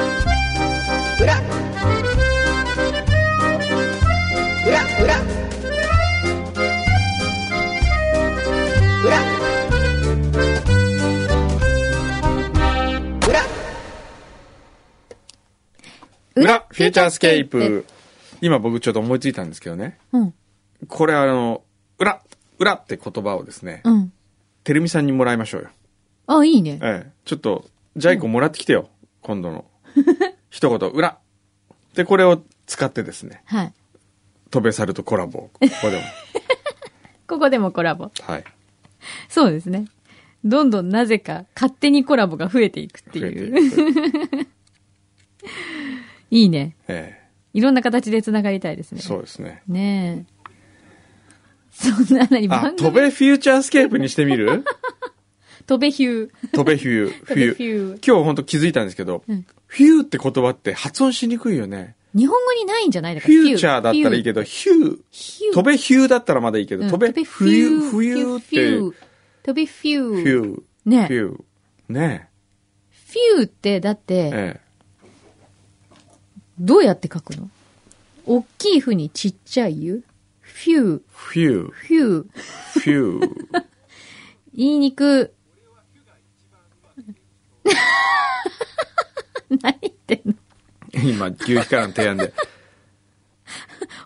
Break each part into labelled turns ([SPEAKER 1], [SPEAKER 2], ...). [SPEAKER 1] 裏裏裏裏裏
[SPEAKER 2] 裏フューチャースケープ。今僕ちょっと思いついたんですけどね。
[SPEAKER 3] うん。
[SPEAKER 2] これあの、裏、裏って言葉をですね、
[SPEAKER 3] うん。
[SPEAKER 2] てるみさんにもらいましょうよ。
[SPEAKER 3] あ、いいね。
[SPEAKER 2] ええ。ちょっと、ジャイコもらってきてよ。今 度の。一言、裏。で、これを使ってですね、
[SPEAKER 3] はい。
[SPEAKER 2] 飛べ猿とコラボを。ここでも。
[SPEAKER 3] ここでもコラボ。
[SPEAKER 2] はい。
[SPEAKER 3] そうですね。どんどんなぜか勝手にコラボが増えていくって
[SPEAKER 2] 増えて
[SPEAKER 3] いう。
[SPEAKER 2] いく。
[SPEAKER 3] いいね。
[SPEAKER 2] え
[SPEAKER 3] いろんな形で繋がりたいです
[SPEAKER 2] え。
[SPEAKER 3] ね。
[SPEAKER 2] そうです ね。
[SPEAKER 3] ねえ。そんな何
[SPEAKER 2] あ
[SPEAKER 3] 番、
[SPEAKER 2] 飛
[SPEAKER 3] 組
[SPEAKER 2] べフューチャースケープにしてみ る
[SPEAKER 3] 飛べヒュー。
[SPEAKER 2] 飛べフュー、フ
[SPEAKER 3] 飛べフ
[SPEAKER 2] ュ
[SPEAKER 3] ュ
[SPEAKER 2] ー。今日本当気づいたんですけど、
[SPEAKER 3] うん
[SPEAKER 2] フューって言葉って発音しにくいよね。
[SPEAKER 3] 日本語にないんじゃないだか
[SPEAKER 2] フ
[SPEAKER 3] ら
[SPEAKER 2] ューチャーだったらいいけど、ヒュー。
[SPEAKER 3] ヒュー
[SPEAKER 2] 飛べヒューだったらまだいいけど、
[SPEAKER 3] うん
[SPEAKER 2] 飛べ冬、冬って、フ
[SPEAKER 3] ー飛べフュー。
[SPEAKER 2] ュー、
[SPEAKER 3] ね
[SPEAKER 2] フ
[SPEAKER 3] フ
[SPEAKER 2] ュー。ね
[SPEAKER 3] ューってだって、
[SPEAKER 2] え。ええ
[SPEAKER 3] どうやって書くの大きいふにちっちゃいゆフュー、
[SPEAKER 2] フュー、
[SPEAKER 3] フュー。
[SPEAKER 2] フュ ー。
[SPEAKER 3] 言いにく。何言ってんの
[SPEAKER 2] 今、牛皮からの提案で。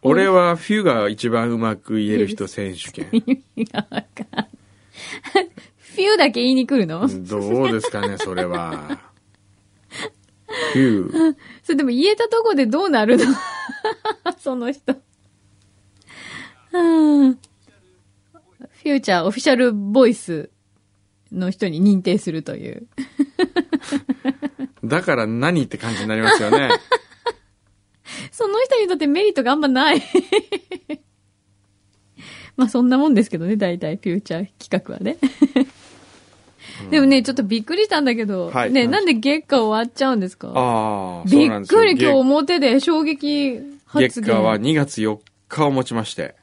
[SPEAKER 2] 俺はフューが一番うまく言える人選手権。
[SPEAKER 3] 意味がわかんないフューだけ言いに来るの、
[SPEAKER 2] どうですかね、それは。フュー。
[SPEAKER 3] それでも言えたとこでどうなるの その人。うんフューチャーオフィシャルボイスの人に認定するという。
[SPEAKER 2] だから何って感じになります よね。
[SPEAKER 3] その人にとってメリットがあんまない。 まあそんなもんですけどね、大体フューチャー企画はね。でもね、ちょっとびっくりしたんだけど、
[SPEAKER 2] はい
[SPEAKER 3] ね、
[SPEAKER 2] 何
[SPEAKER 3] なんで月下終わっちゃうんですか
[SPEAKER 2] ああ、そう
[SPEAKER 3] び
[SPEAKER 2] な
[SPEAKER 3] っ
[SPEAKER 2] んですよ
[SPEAKER 3] くり今日表で衝撃
[SPEAKER 2] 月
[SPEAKER 3] 発
[SPEAKER 2] 下は
[SPEAKER 3] 言。
[SPEAKER 2] 2月4日をもちまして、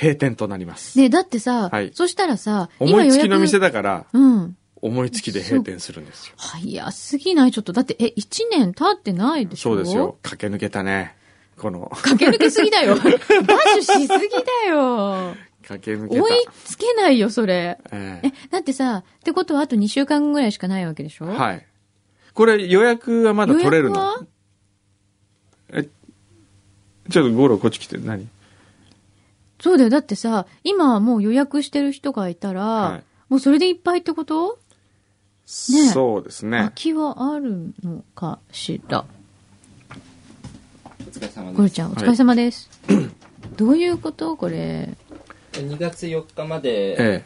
[SPEAKER 2] 閉店となります。
[SPEAKER 3] ね、だってさ、
[SPEAKER 2] はい
[SPEAKER 3] そしたらさ、
[SPEAKER 2] 思いつきの店
[SPEAKER 3] だ。
[SPEAKER 2] だから、
[SPEAKER 3] うん。
[SPEAKER 2] 思いつきで閉店するんですよ。
[SPEAKER 3] 早すぎないちょっと。だって、え、1年経ってないでしょ
[SPEAKER 2] そうですよ。。駆け抜けたね。こ の、
[SPEAKER 3] 駆け抜けすぎ だよ。ダッシュしすぎだよ。
[SPEAKER 2] 駆け抜けた
[SPEAKER 3] 追。いつけないよ、それ。
[SPEAKER 2] ええ
[SPEAKER 3] え、だってさ、ってことはあと2週間ぐらいしかないわけでしょい。
[SPEAKER 2] はい。これ予約はまだ取れる
[SPEAKER 3] 予
[SPEAKER 2] の
[SPEAKER 3] 約は
[SPEAKER 2] え、ちょっとゴロこっち来て、何
[SPEAKER 3] そうだよ。だってさ、今はもう予約してる人がいたら、
[SPEAKER 2] はい
[SPEAKER 3] もうそれでいっぱいってこと、
[SPEAKER 2] そうですね
[SPEAKER 3] 空。きはあるのかしら。
[SPEAKER 4] お疲れ様
[SPEAKER 3] ゴ
[SPEAKER 4] で
[SPEAKER 3] ル
[SPEAKER 4] す。
[SPEAKER 3] ちゃん、お疲れ様 です。どういうことこれ。
[SPEAKER 4] 2月4日まで
[SPEAKER 2] ええ、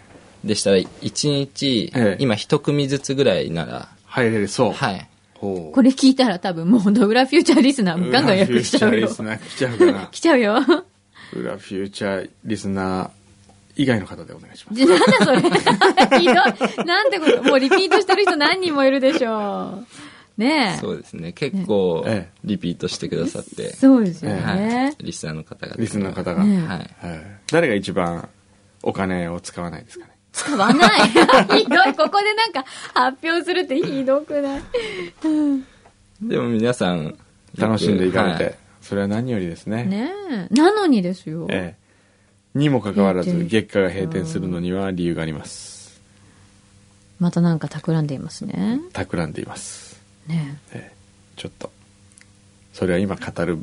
[SPEAKER 4] でしたら、1日、
[SPEAKER 2] ええ
[SPEAKER 4] 今1組ずつぐらいなら、
[SPEAKER 2] 入れるそう。
[SPEAKER 4] はい。
[SPEAKER 2] ほう
[SPEAKER 3] これ聞いたら多分もうドラフューチャーリスナーもガンガン予約しちゃう
[SPEAKER 2] 裏
[SPEAKER 3] よ
[SPEAKER 2] フューチャーリ。スナー来ちゃうかな
[SPEAKER 3] 来。ちゃうよ。
[SPEAKER 2] 裏フューチャーリスナー以外の方でお願いしま
[SPEAKER 3] じ
[SPEAKER 2] す。
[SPEAKER 3] ゃなんだそれ。ひどい。なんてこと。もうリピートしてる人何人もいるでしょう。ねえ。
[SPEAKER 4] そうですね。結構
[SPEAKER 2] ええ、
[SPEAKER 4] リピートしてくださって、
[SPEAKER 3] そうですよ
[SPEAKER 4] は
[SPEAKER 3] ね
[SPEAKER 4] い。。リスナーの方が。
[SPEAKER 2] リスナーの方が。
[SPEAKER 3] ね
[SPEAKER 4] はい。
[SPEAKER 2] はい誰が一番お金を使わないですかね。
[SPEAKER 3] 使わない。 ひどい。ここでなんか発表するってひどくない。
[SPEAKER 4] でも皆さん、
[SPEAKER 2] 楽しんでいかれて、
[SPEAKER 4] はい
[SPEAKER 2] それは何よりですね
[SPEAKER 3] ねえ。なのにですよ。
[SPEAKER 2] ええにもかかわらず
[SPEAKER 3] 閉店
[SPEAKER 2] 月下が閉店するのには理由があります
[SPEAKER 3] またなんか企んでいますね。
[SPEAKER 2] 企んでいます
[SPEAKER 3] ねえ。
[SPEAKER 2] ちょっとそれは今語る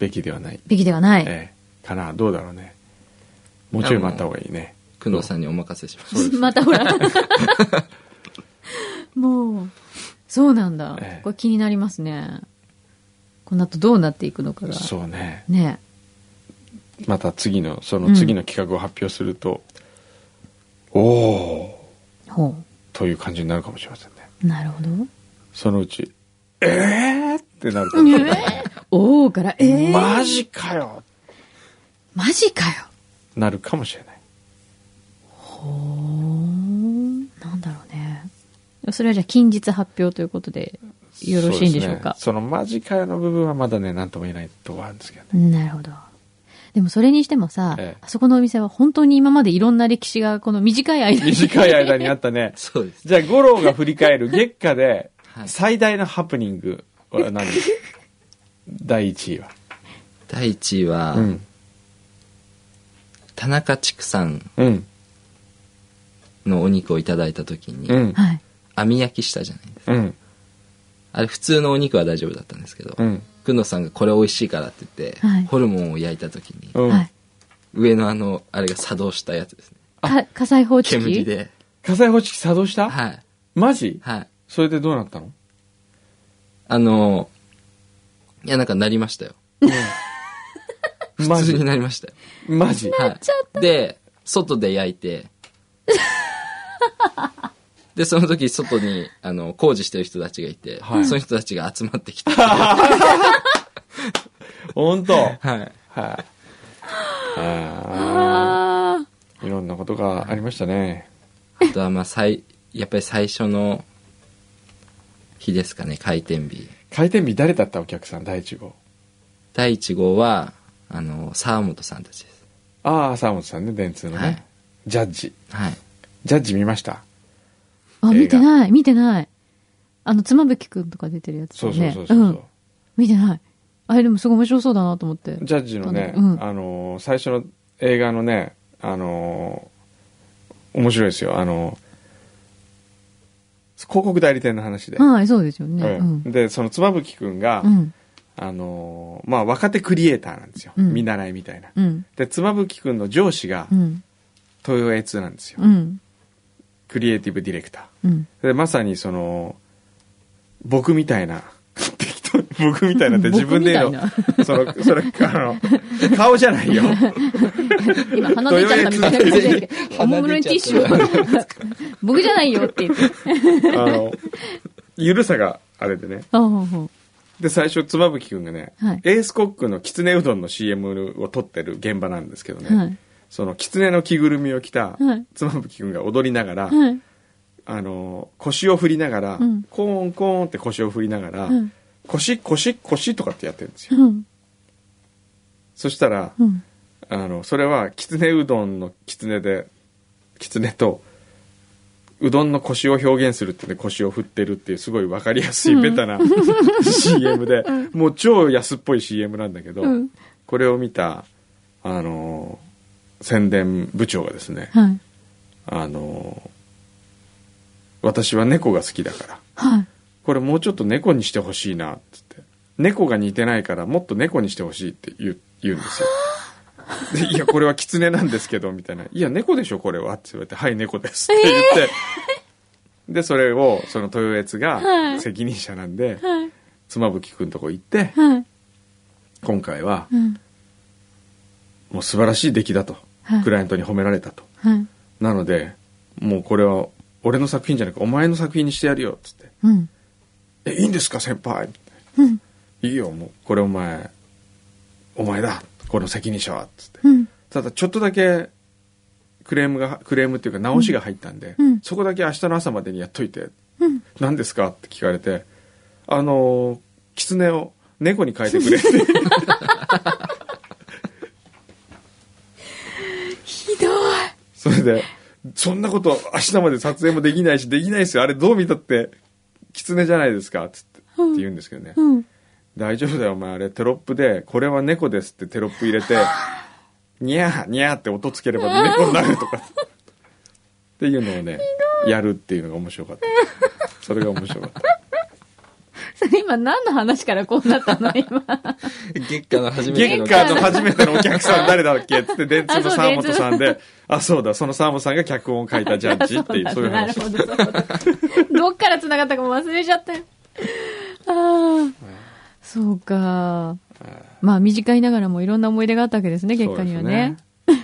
[SPEAKER 2] べきではない、
[SPEAKER 3] べきではない。
[SPEAKER 2] ええかなどうだろうねもうちょい待った方がいいね
[SPEAKER 4] 工藤さんにお任せします。
[SPEAKER 3] またほ ら。もう、そうなんだ
[SPEAKER 2] ええ。
[SPEAKER 3] これ気になりますね。この後どうなっていくのかが。
[SPEAKER 2] そうね
[SPEAKER 3] ね
[SPEAKER 2] また次のその次の企画を発表すると、おお
[SPEAKER 3] え。ほう。
[SPEAKER 2] という感じになるかもしれませんね
[SPEAKER 3] なるほど。
[SPEAKER 2] そのうち、えーってなると思う。
[SPEAKER 3] おーから、えー、
[SPEAKER 2] マジかよ
[SPEAKER 3] マジかよ。
[SPEAKER 2] なるかもしれない。
[SPEAKER 3] ほー、なんだろうね。それはじゃあ近日発表ということで、よろしいんでしょうか。
[SPEAKER 2] そうですねそのマジかよの部分はまだね、なんとも言えないところあるんですけどね。
[SPEAKER 3] なるほど。でもそれにしてもさ、
[SPEAKER 2] ええ
[SPEAKER 3] あそこのお店は本当に今までいろんな歴史がこの短い間に。
[SPEAKER 2] 短い間にあったね。
[SPEAKER 4] そうです。
[SPEAKER 2] じゃあ、五郎が振 り返る月下で
[SPEAKER 4] はい
[SPEAKER 2] 最大のハプニングは何 第1位は。
[SPEAKER 4] 第1位は、
[SPEAKER 2] うん。
[SPEAKER 4] 田中畜産
[SPEAKER 2] うん。
[SPEAKER 4] のお肉をいただいた時に、
[SPEAKER 2] うん。
[SPEAKER 3] はい。
[SPEAKER 4] 網焼きしたじゃないですか。
[SPEAKER 2] うん。
[SPEAKER 4] あれ普通のお肉は大丈夫だったんですけど、
[SPEAKER 2] うん。
[SPEAKER 4] くんのさんがこれ美味しいからって言って、
[SPEAKER 3] はい
[SPEAKER 4] ホルモンを焼いた時に、
[SPEAKER 2] うん。
[SPEAKER 3] はい。
[SPEAKER 4] 上のあの、あれが作動したやつですね。
[SPEAKER 3] か火災報知器
[SPEAKER 4] 煙で。
[SPEAKER 2] 火災報知器作動した、
[SPEAKER 4] はい。
[SPEAKER 2] マジ
[SPEAKER 4] はい。
[SPEAKER 2] それでどうなったの
[SPEAKER 4] あの、いや、なんかなりましたよ。
[SPEAKER 2] マ
[SPEAKER 4] 普
[SPEAKER 2] ジ
[SPEAKER 4] 通になりましたよ。
[SPEAKER 2] マジ
[SPEAKER 4] はい。で、外で焼い て、で、その時、外に、あの、工事してる人たちがいて、
[SPEAKER 2] はい
[SPEAKER 4] その人たちが集まってきて、
[SPEAKER 2] 本当はい。
[SPEAKER 4] はい。
[SPEAKER 2] あ
[SPEAKER 3] あ
[SPEAKER 2] ーいろんなことがありましたね。
[SPEAKER 4] あとは、まあ、最、やっぱり最初の日ですかね、開店日。
[SPEAKER 2] 回転日誰だったお客さん、第1号。
[SPEAKER 4] 第1号は、あの、沢本さんたちです。
[SPEAKER 2] ああ、沢本さんね、電通のね。
[SPEAKER 4] はい
[SPEAKER 2] ジャッジ。
[SPEAKER 4] はい。
[SPEAKER 2] ジャッジ見ました
[SPEAKER 3] ーあ、
[SPEAKER 2] 映画
[SPEAKER 3] 見てない、見てない。あの、妻夫木くんとか出てるやつだ
[SPEAKER 2] そ
[SPEAKER 3] よ
[SPEAKER 2] うそう
[SPEAKER 3] ね。
[SPEAKER 2] そうそうそう。
[SPEAKER 3] ん。見てない。あれでもすごい面白そうだなと思って。
[SPEAKER 2] ジャッジのね、
[SPEAKER 3] うん
[SPEAKER 2] あのー最初の映画のね、あのー面白いですよ。あのー広告代理店の話で。
[SPEAKER 3] はい、そうですよね。う
[SPEAKER 2] う
[SPEAKER 3] んん。
[SPEAKER 2] で、その妻夫木くんが、
[SPEAKER 3] うん。
[SPEAKER 2] あのーまあ、若手クリエイターなんですよ。
[SPEAKER 3] うん
[SPEAKER 2] 見習いみたいな。
[SPEAKER 3] うん。
[SPEAKER 2] で、妻夫木くんの上司が
[SPEAKER 3] う、ん。
[SPEAKER 2] 東洋 A2 なんですよ。
[SPEAKER 3] うん。
[SPEAKER 2] クリエイティブディレクタ
[SPEAKER 3] うん。
[SPEAKER 2] ー。で、まさにその、僕みたいな、 適当に僕みた いなって自分で言う
[SPEAKER 3] 僕み
[SPEAKER 2] の。その、それ、あの、顔じゃない よ。
[SPEAKER 3] 今鼻出ちゃったみたいな感じで、おもむろにティッシュを。 僕じゃないよって言って。
[SPEAKER 2] あの、ゆるさがあれでね。
[SPEAKER 3] あほうほう
[SPEAKER 2] で、最初、妻夫木くんがね、
[SPEAKER 3] はい
[SPEAKER 2] エースコックのきつねうどんの CM を撮ってる現場なんですけどね、
[SPEAKER 3] はい
[SPEAKER 2] そのきつねの着ぐるみを着た
[SPEAKER 3] はい
[SPEAKER 2] 妻夫木くんが踊りながら、
[SPEAKER 3] はい。
[SPEAKER 2] あの、腰を振りながら、
[SPEAKER 3] うん
[SPEAKER 2] コーンコーンって腰を振りながら、
[SPEAKER 3] うん
[SPEAKER 2] 腰、腰、腰とかってやってるんですよ。
[SPEAKER 3] うん。
[SPEAKER 2] そしたら、
[SPEAKER 3] うん。
[SPEAKER 2] あの、それはきつねうどんのきつねで、きつねと、うどんの腰を表現するってね、腰を振ってるっていうすごいわかりやすいベタな、CM で、もう超安っぽい CM なんだけど、
[SPEAKER 3] うん
[SPEAKER 2] これを見た、あのー宣伝部長がですね、
[SPEAKER 3] はい。
[SPEAKER 2] あのー私は猫が好きだから、
[SPEAKER 3] はい。
[SPEAKER 2] これもうちょっと猫にしてほしいなっつって猫が似てないからもっと猫にしてほしいって言う言う んですよでいやこれは狐なんですけどみたいな「いや猫でしょこれは」って言われて「はい猫です」って言って、でそれをその豊悦
[SPEAKER 3] は
[SPEAKER 2] が
[SPEAKER 3] い
[SPEAKER 2] 責任者なんで、
[SPEAKER 3] はい。
[SPEAKER 2] 妻夫木くんとこ行って
[SPEAKER 3] はい。
[SPEAKER 2] 今回は
[SPEAKER 3] うん。
[SPEAKER 2] もう素晴らしい出来だと、
[SPEAKER 3] はい
[SPEAKER 2] クライアントに褒められたと
[SPEAKER 3] はい。
[SPEAKER 2] なのでもうこれは俺の作品じゃなくお前の作品にしてやるよっつって
[SPEAKER 3] うん。
[SPEAKER 2] 「えいいんですか先輩」みたいな
[SPEAKER 3] うん。
[SPEAKER 2] いいよ、もう、これお前、お前だ、この責任者は、つって。
[SPEAKER 3] うん。
[SPEAKER 2] ただ、ちょっとだけ、クレームが、クレームっていうか直しが入ったんで、
[SPEAKER 3] うん
[SPEAKER 2] そこだけ明日の朝までにやっといて、
[SPEAKER 3] うん。
[SPEAKER 2] 何ですかって聞かれて、あのー、狐を猫に変えてくれって。
[SPEAKER 3] ひどい。
[SPEAKER 2] それで、そんなこと明日まで撮影もできないし、できないですよ、あれどう見たって、狐じゃないですか、つって、って言うんですけどね。
[SPEAKER 3] うん。
[SPEAKER 2] 大丈夫だよお前あれテロップで「これは猫です」ってテロップ入 れて「にゃーにゃー」って音つければ猫になるとかっていうのをねやるっていうのが面白かった それが面白かった
[SPEAKER 3] それ今何の話からこうなったの今。
[SPEAKER 4] 月下の初めて
[SPEAKER 2] 月
[SPEAKER 4] の
[SPEAKER 2] 下の初めてのお客さん誰だっけっ つって電通の沢本さんであそうだその沢本さんが脚本を書いたジャッジっていうそういう
[SPEAKER 3] な
[SPEAKER 2] 話
[SPEAKER 3] るほど、そういうことどっから繋がったかも忘れちゃったよ。ああ。そうか。まあ、短いながらもいろんな思い出があったわけですね、結果にはね。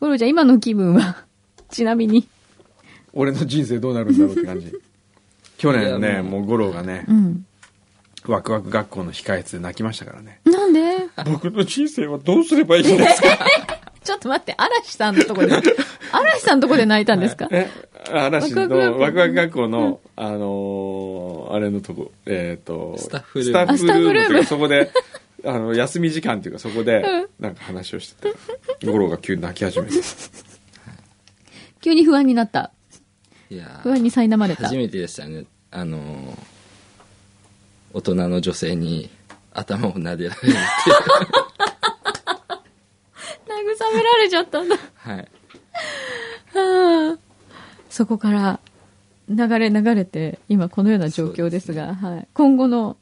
[SPEAKER 3] ゴロちゃん、今の気分は ちなみに。
[SPEAKER 2] 俺の人生どうなるんだろうって感じ去年
[SPEAKER 4] い
[SPEAKER 2] ね
[SPEAKER 4] やも
[SPEAKER 2] も
[SPEAKER 4] う
[SPEAKER 2] う五郎がね、
[SPEAKER 3] うん。
[SPEAKER 2] ワクワク学校の控え室で泣きましたからね
[SPEAKER 3] なんで
[SPEAKER 2] 僕の人生はどうすればいいんですか
[SPEAKER 3] ちょっと待って、嵐さんのとこで、嵐さんのとこで泣いたんですか
[SPEAKER 2] え嵐
[SPEAKER 3] ワク
[SPEAKER 2] のワク
[SPEAKER 3] ワ
[SPEAKER 2] ワ
[SPEAKER 3] ク
[SPEAKER 2] ク
[SPEAKER 3] 学
[SPEAKER 2] 学校の、あのーあれのとこえっ、と
[SPEAKER 4] スタッフルーム
[SPEAKER 2] スタッフルームっていう
[SPEAKER 3] あ
[SPEAKER 2] かそこであの休み時間っていうかそこで
[SPEAKER 3] うん
[SPEAKER 2] なんか話をしてて五郎が急に泣き始めて
[SPEAKER 3] 急に不安になった。
[SPEAKER 4] いや
[SPEAKER 3] 不安に苛まれた
[SPEAKER 4] 初。めてでしたねあのー大人の女性に頭を撫で られるっていう
[SPEAKER 3] 慰められちゃったんだ。
[SPEAKER 4] はい
[SPEAKER 3] はあそこから流れ流れて、今このような状況ですが、はい、今後の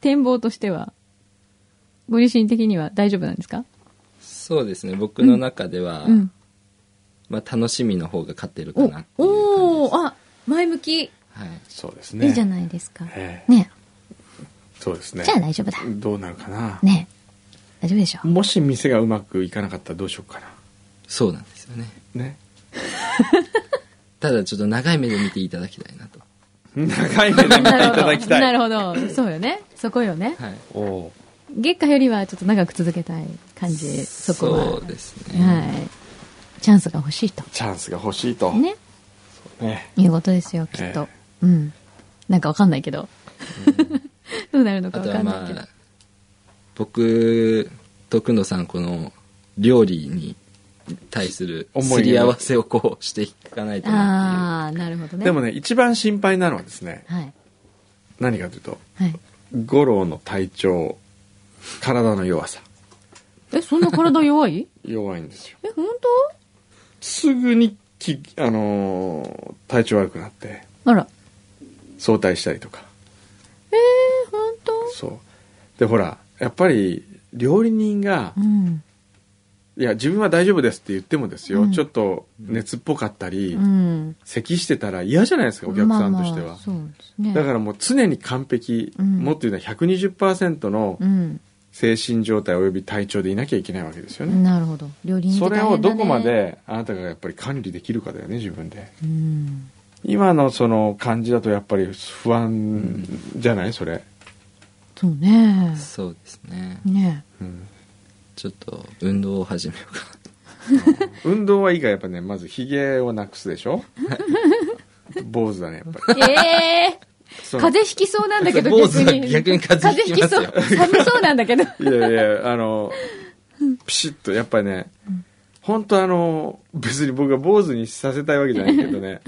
[SPEAKER 3] 展望としては、ご自身的には大丈夫なんですか
[SPEAKER 4] そうですね僕の中では、
[SPEAKER 3] うん。
[SPEAKER 4] まあ、楽しみの方が勝ってるか
[SPEAKER 3] お
[SPEAKER 4] なっていう
[SPEAKER 3] お
[SPEAKER 4] 感
[SPEAKER 3] ーあ、前向き。い
[SPEAKER 4] じです、はい、
[SPEAKER 2] そうですね
[SPEAKER 3] いじゃないですか。
[SPEAKER 2] ええ
[SPEAKER 3] ね
[SPEAKER 2] そうですね
[SPEAKER 3] じゃあ大丈夫だ。
[SPEAKER 2] どうなるかな、
[SPEAKER 3] ね大丈夫でしょ
[SPEAKER 2] もし店がうまくいかなかったらどうしようか
[SPEAKER 4] そうなんですよね
[SPEAKER 2] なね
[SPEAKER 4] ただちょっと長い目で見ていただきたいなと
[SPEAKER 2] 長い目で見ていただきたい
[SPEAKER 3] なるほど。そうよね。そこよね。
[SPEAKER 4] はい
[SPEAKER 2] おう
[SPEAKER 3] 月下よりはちょっと長く続けたい感じ、そこは。
[SPEAKER 4] そうですね、
[SPEAKER 3] はい。チャンスが欲しいと。
[SPEAKER 2] チャンスが欲しいと、
[SPEAKER 3] ね。
[SPEAKER 2] ね
[SPEAKER 3] いうことですよ、きっと。うん。なんかわかんないけど。どうなるのか
[SPEAKER 4] あ
[SPEAKER 3] わ
[SPEAKER 4] と
[SPEAKER 3] か
[SPEAKER 4] は
[SPEAKER 3] んない
[SPEAKER 4] ま
[SPEAKER 3] けど
[SPEAKER 4] あ。僕とくんどさんこの料理に対する
[SPEAKER 2] 思いが
[SPEAKER 4] すり合わせをこうしていかないとなっ
[SPEAKER 3] ああー、なるほどね。
[SPEAKER 2] でもね一番心配なのはですね
[SPEAKER 3] はい。
[SPEAKER 2] 何かというと
[SPEAKER 3] はい。
[SPEAKER 2] 五郎の体調体の弱さ
[SPEAKER 3] え、そんな体弱い
[SPEAKER 2] 弱いんですよ
[SPEAKER 3] え、本
[SPEAKER 2] すぐにき、あのー体調悪くなって
[SPEAKER 3] 当あら。
[SPEAKER 2] 早退したりとか
[SPEAKER 3] えー、本当
[SPEAKER 2] そうでほらやっぱり料理人が
[SPEAKER 3] う、ん。
[SPEAKER 2] いや自分は大丈夫ですって言ってもですよ、
[SPEAKER 3] うん
[SPEAKER 2] ちょっと熱っぽかったり、
[SPEAKER 3] うん。
[SPEAKER 2] 咳してたら嫌じゃないですかお客さんとしては、
[SPEAKER 3] まあまあそうですね。
[SPEAKER 2] だからもう常に完璧、
[SPEAKER 3] うん
[SPEAKER 2] もっと言うなら120%の
[SPEAKER 3] うん。
[SPEAKER 2] 精神状態および体調でいなきゃいけないわけですよね、
[SPEAKER 3] なるほど。料理人って
[SPEAKER 2] そ
[SPEAKER 3] 大変
[SPEAKER 2] れ
[SPEAKER 3] だね
[SPEAKER 2] をどこま。であなたがやっぱり管理できるかだよね自分で
[SPEAKER 3] うん。
[SPEAKER 2] 今のその感じだとやっぱり不安じゃない、それ、
[SPEAKER 3] そうね
[SPEAKER 4] ていう。そうですね
[SPEAKER 3] ね
[SPEAKER 2] うん
[SPEAKER 4] ちょっと運動を始めようかな
[SPEAKER 2] 運動はいいからやっぱねまずひげをなくすでし ょ坊主だねやっぱり
[SPEAKER 3] ええー。
[SPEAKER 2] その
[SPEAKER 3] 風邪ひきそうなんだけど
[SPEAKER 4] 坊主
[SPEAKER 3] 逆
[SPEAKER 4] は
[SPEAKER 3] に。
[SPEAKER 4] 逆に風邪ひきますよ
[SPEAKER 3] 風邪ひきそう。寒そうなんだけど。
[SPEAKER 2] いやいや、あの、ピシッと、やっぱりね、本当あの、別に僕は坊主にさせたいわけじゃないけ どね、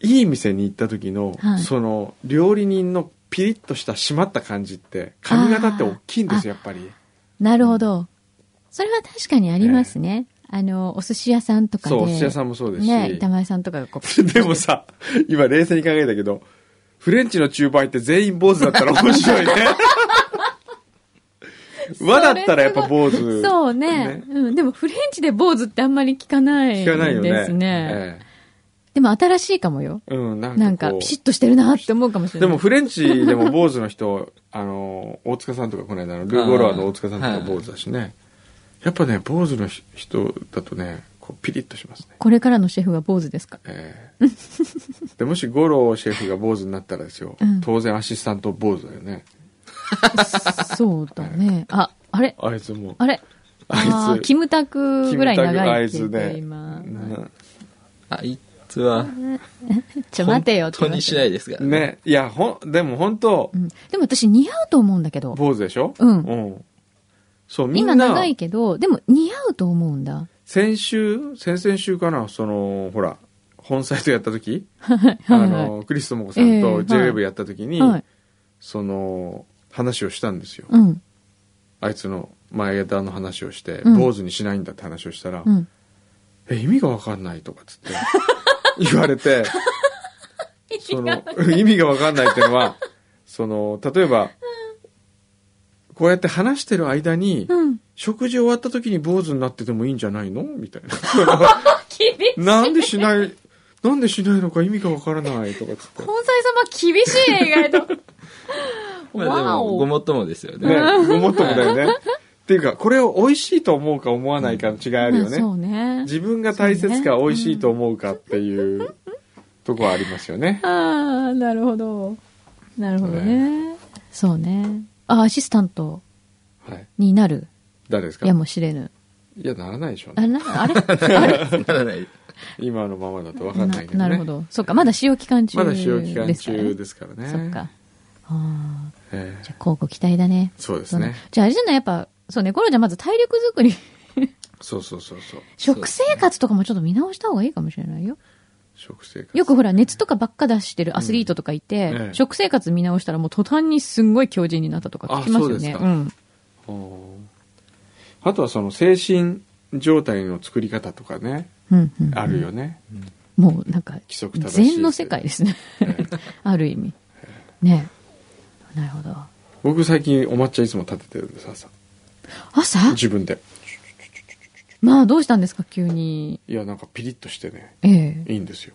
[SPEAKER 2] いい店に行った時の、
[SPEAKER 3] はい
[SPEAKER 2] その、料理人のピリッとした締まった感じって、髪型って大きいんですよ、やっぱり。
[SPEAKER 3] なるほど。それは確かにありますね。あの、お寿司屋さんとかで。
[SPEAKER 2] そう、お寿司屋さんもそうですし。
[SPEAKER 3] ね、板前さんとかがこ
[SPEAKER 2] でもさ、今冷静に考えたけど、フレンチの厨房行って全員坊主だったら面 白いね。和だったらやっぱ坊
[SPEAKER 3] う。
[SPEAKER 2] 主。
[SPEAKER 3] そうねうん。でもフレンチで坊主ってあんまり聞かない
[SPEAKER 2] 聞かないよね。
[SPEAKER 3] ですね。
[SPEAKER 2] え
[SPEAKER 3] でも新しいかもよ。
[SPEAKER 2] えうん、なんかこう
[SPEAKER 3] なんか、ピシッとしてるなって思うかもしれな
[SPEAKER 2] で
[SPEAKER 3] い。
[SPEAKER 2] もフレンチでも坊主の人、 あの、大塚さんとかこの間のルーゴロアの大塚さんとか坊主だしね。やっぱね、坊主のひ人だとね、こうピリッとしますね。
[SPEAKER 3] これからのシェフが坊主です か
[SPEAKER 2] え えでもしゴロシェフが坊主になったらですよ、
[SPEAKER 3] うん
[SPEAKER 2] 当然アシスタント坊主だよね。
[SPEAKER 3] そうだね。あ、あれ
[SPEAKER 2] あいつも。
[SPEAKER 3] あれ
[SPEAKER 2] あ
[SPEAKER 3] あ
[SPEAKER 2] い
[SPEAKER 3] ー
[SPEAKER 2] つ
[SPEAKER 3] キムタクぐらい長いって言っ
[SPEAKER 2] キムタクあ
[SPEAKER 3] て
[SPEAKER 2] いつね
[SPEAKER 3] 今。
[SPEAKER 2] な
[SPEAKER 4] あいつは
[SPEAKER 3] ちょ、待てよって言われ
[SPEAKER 4] 本当
[SPEAKER 3] て。
[SPEAKER 4] に次第ですからね
[SPEAKER 2] ね、いや、ほん、でも本当
[SPEAKER 3] う、ん。でも私似合うと思うんだけど。
[SPEAKER 2] 坊主でしょ
[SPEAKER 3] うん
[SPEAKER 2] そう、みん
[SPEAKER 3] 今
[SPEAKER 2] な
[SPEAKER 3] 長、いけど、でも似合うと思うんだ。
[SPEAKER 2] 先週、先々週かな、その、ほら、本サイトやった時、
[SPEAKER 3] はい
[SPEAKER 2] あの、クリスともこさん
[SPEAKER 3] ええは
[SPEAKER 2] と
[SPEAKER 3] い
[SPEAKER 2] JWEB やった時に、
[SPEAKER 3] はい。
[SPEAKER 2] その話をしたんですよ、
[SPEAKER 3] うん。
[SPEAKER 2] あいつの前枝の話をして、
[SPEAKER 3] うん
[SPEAKER 2] 坊主にしないんだって話をしたら「
[SPEAKER 3] うん。
[SPEAKER 2] え意味が分かんない」とかっつって 言われてその意味が分かんないっていうのはその例えばこうやって話してる間に、
[SPEAKER 3] うん。
[SPEAKER 2] 食事終わった時に坊主になっててもいいんじゃないのみたいなその
[SPEAKER 3] 厳しい。
[SPEAKER 2] なんでしないなんでしないのか意味が分からないとかっつって。
[SPEAKER 3] 本妻様厳しいね、意外と。
[SPEAKER 4] まあで
[SPEAKER 3] わ
[SPEAKER 4] もご
[SPEAKER 3] お。
[SPEAKER 4] もっともですよね
[SPEAKER 2] ね、ごもっともだよね。っていうか、これを美味しいと思うか思わ ないかの違いあるよ
[SPEAKER 3] まあそ
[SPEAKER 2] ね。
[SPEAKER 3] うね。
[SPEAKER 2] 自分が大切
[SPEAKER 3] そ
[SPEAKER 2] か
[SPEAKER 3] うね
[SPEAKER 2] 美味しいと思うかっていうとこはありますよね。
[SPEAKER 3] ああ、なるほど。なるほどね。そうね。あ、アシスタント
[SPEAKER 2] はい。
[SPEAKER 3] になる
[SPEAKER 2] 誰ですか
[SPEAKER 3] やもしれぬ。
[SPEAKER 2] いや、ならないでしょう
[SPEAKER 3] あ
[SPEAKER 2] ね。
[SPEAKER 3] な あれ
[SPEAKER 4] ならない。
[SPEAKER 2] 今のままだと分かんないけどね。
[SPEAKER 3] なるほど。そっか、まだ使用期間中
[SPEAKER 2] ま
[SPEAKER 3] ですか
[SPEAKER 2] だ
[SPEAKER 3] らね。
[SPEAKER 2] 使用期間中ですからね。
[SPEAKER 3] そっか。ああ、
[SPEAKER 2] え
[SPEAKER 3] じゃあ、交互期待だね
[SPEAKER 2] え。そうですね。
[SPEAKER 3] じゃあ、あれじゃないやっぱ、そうね、コロちゃんまず体力づく り、
[SPEAKER 2] そうそうそうそう。
[SPEAKER 3] 食生活とかもちょっと見直した方がいいかもしれないよ。
[SPEAKER 2] 食生活。
[SPEAKER 3] よくほら、熱とかばっか出してるアスリートとかいて、
[SPEAKER 2] うんええ
[SPEAKER 3] 食生活見直したらもう途端にすんごい強靭になったとか聞きますよね。
[SPEAKER 2] あそうです
[SPEAKER 3] う
[SPEAKER 2] か
[SPEAKER 3] ん。
[SPEAKER 2] うんあとはその精神状態の作り方とかね、
[SPEAKER 3] うん、うん。
[SPEAKER 2] あるよね。
[SPEAKER 3] もうなんか、
[SPEAKER 2] 規則正しい
[SPEAKER 3] 禅の世界ですね。 ある意味。ねなるほど。
[SPEAKER 2] 僕最近お抹茶いつも立ててるんです、朝。
[SPEAKER 3] 朝
[SPEAKER 2] 自分で。
[SPEAKER 3] まあ、どうしたんですか、急に。
[SPEAKER 2] いや、なんかピリッとしてね、
[SPEAKER 3] ええ。
[SPEAKER 2] いいんですよ。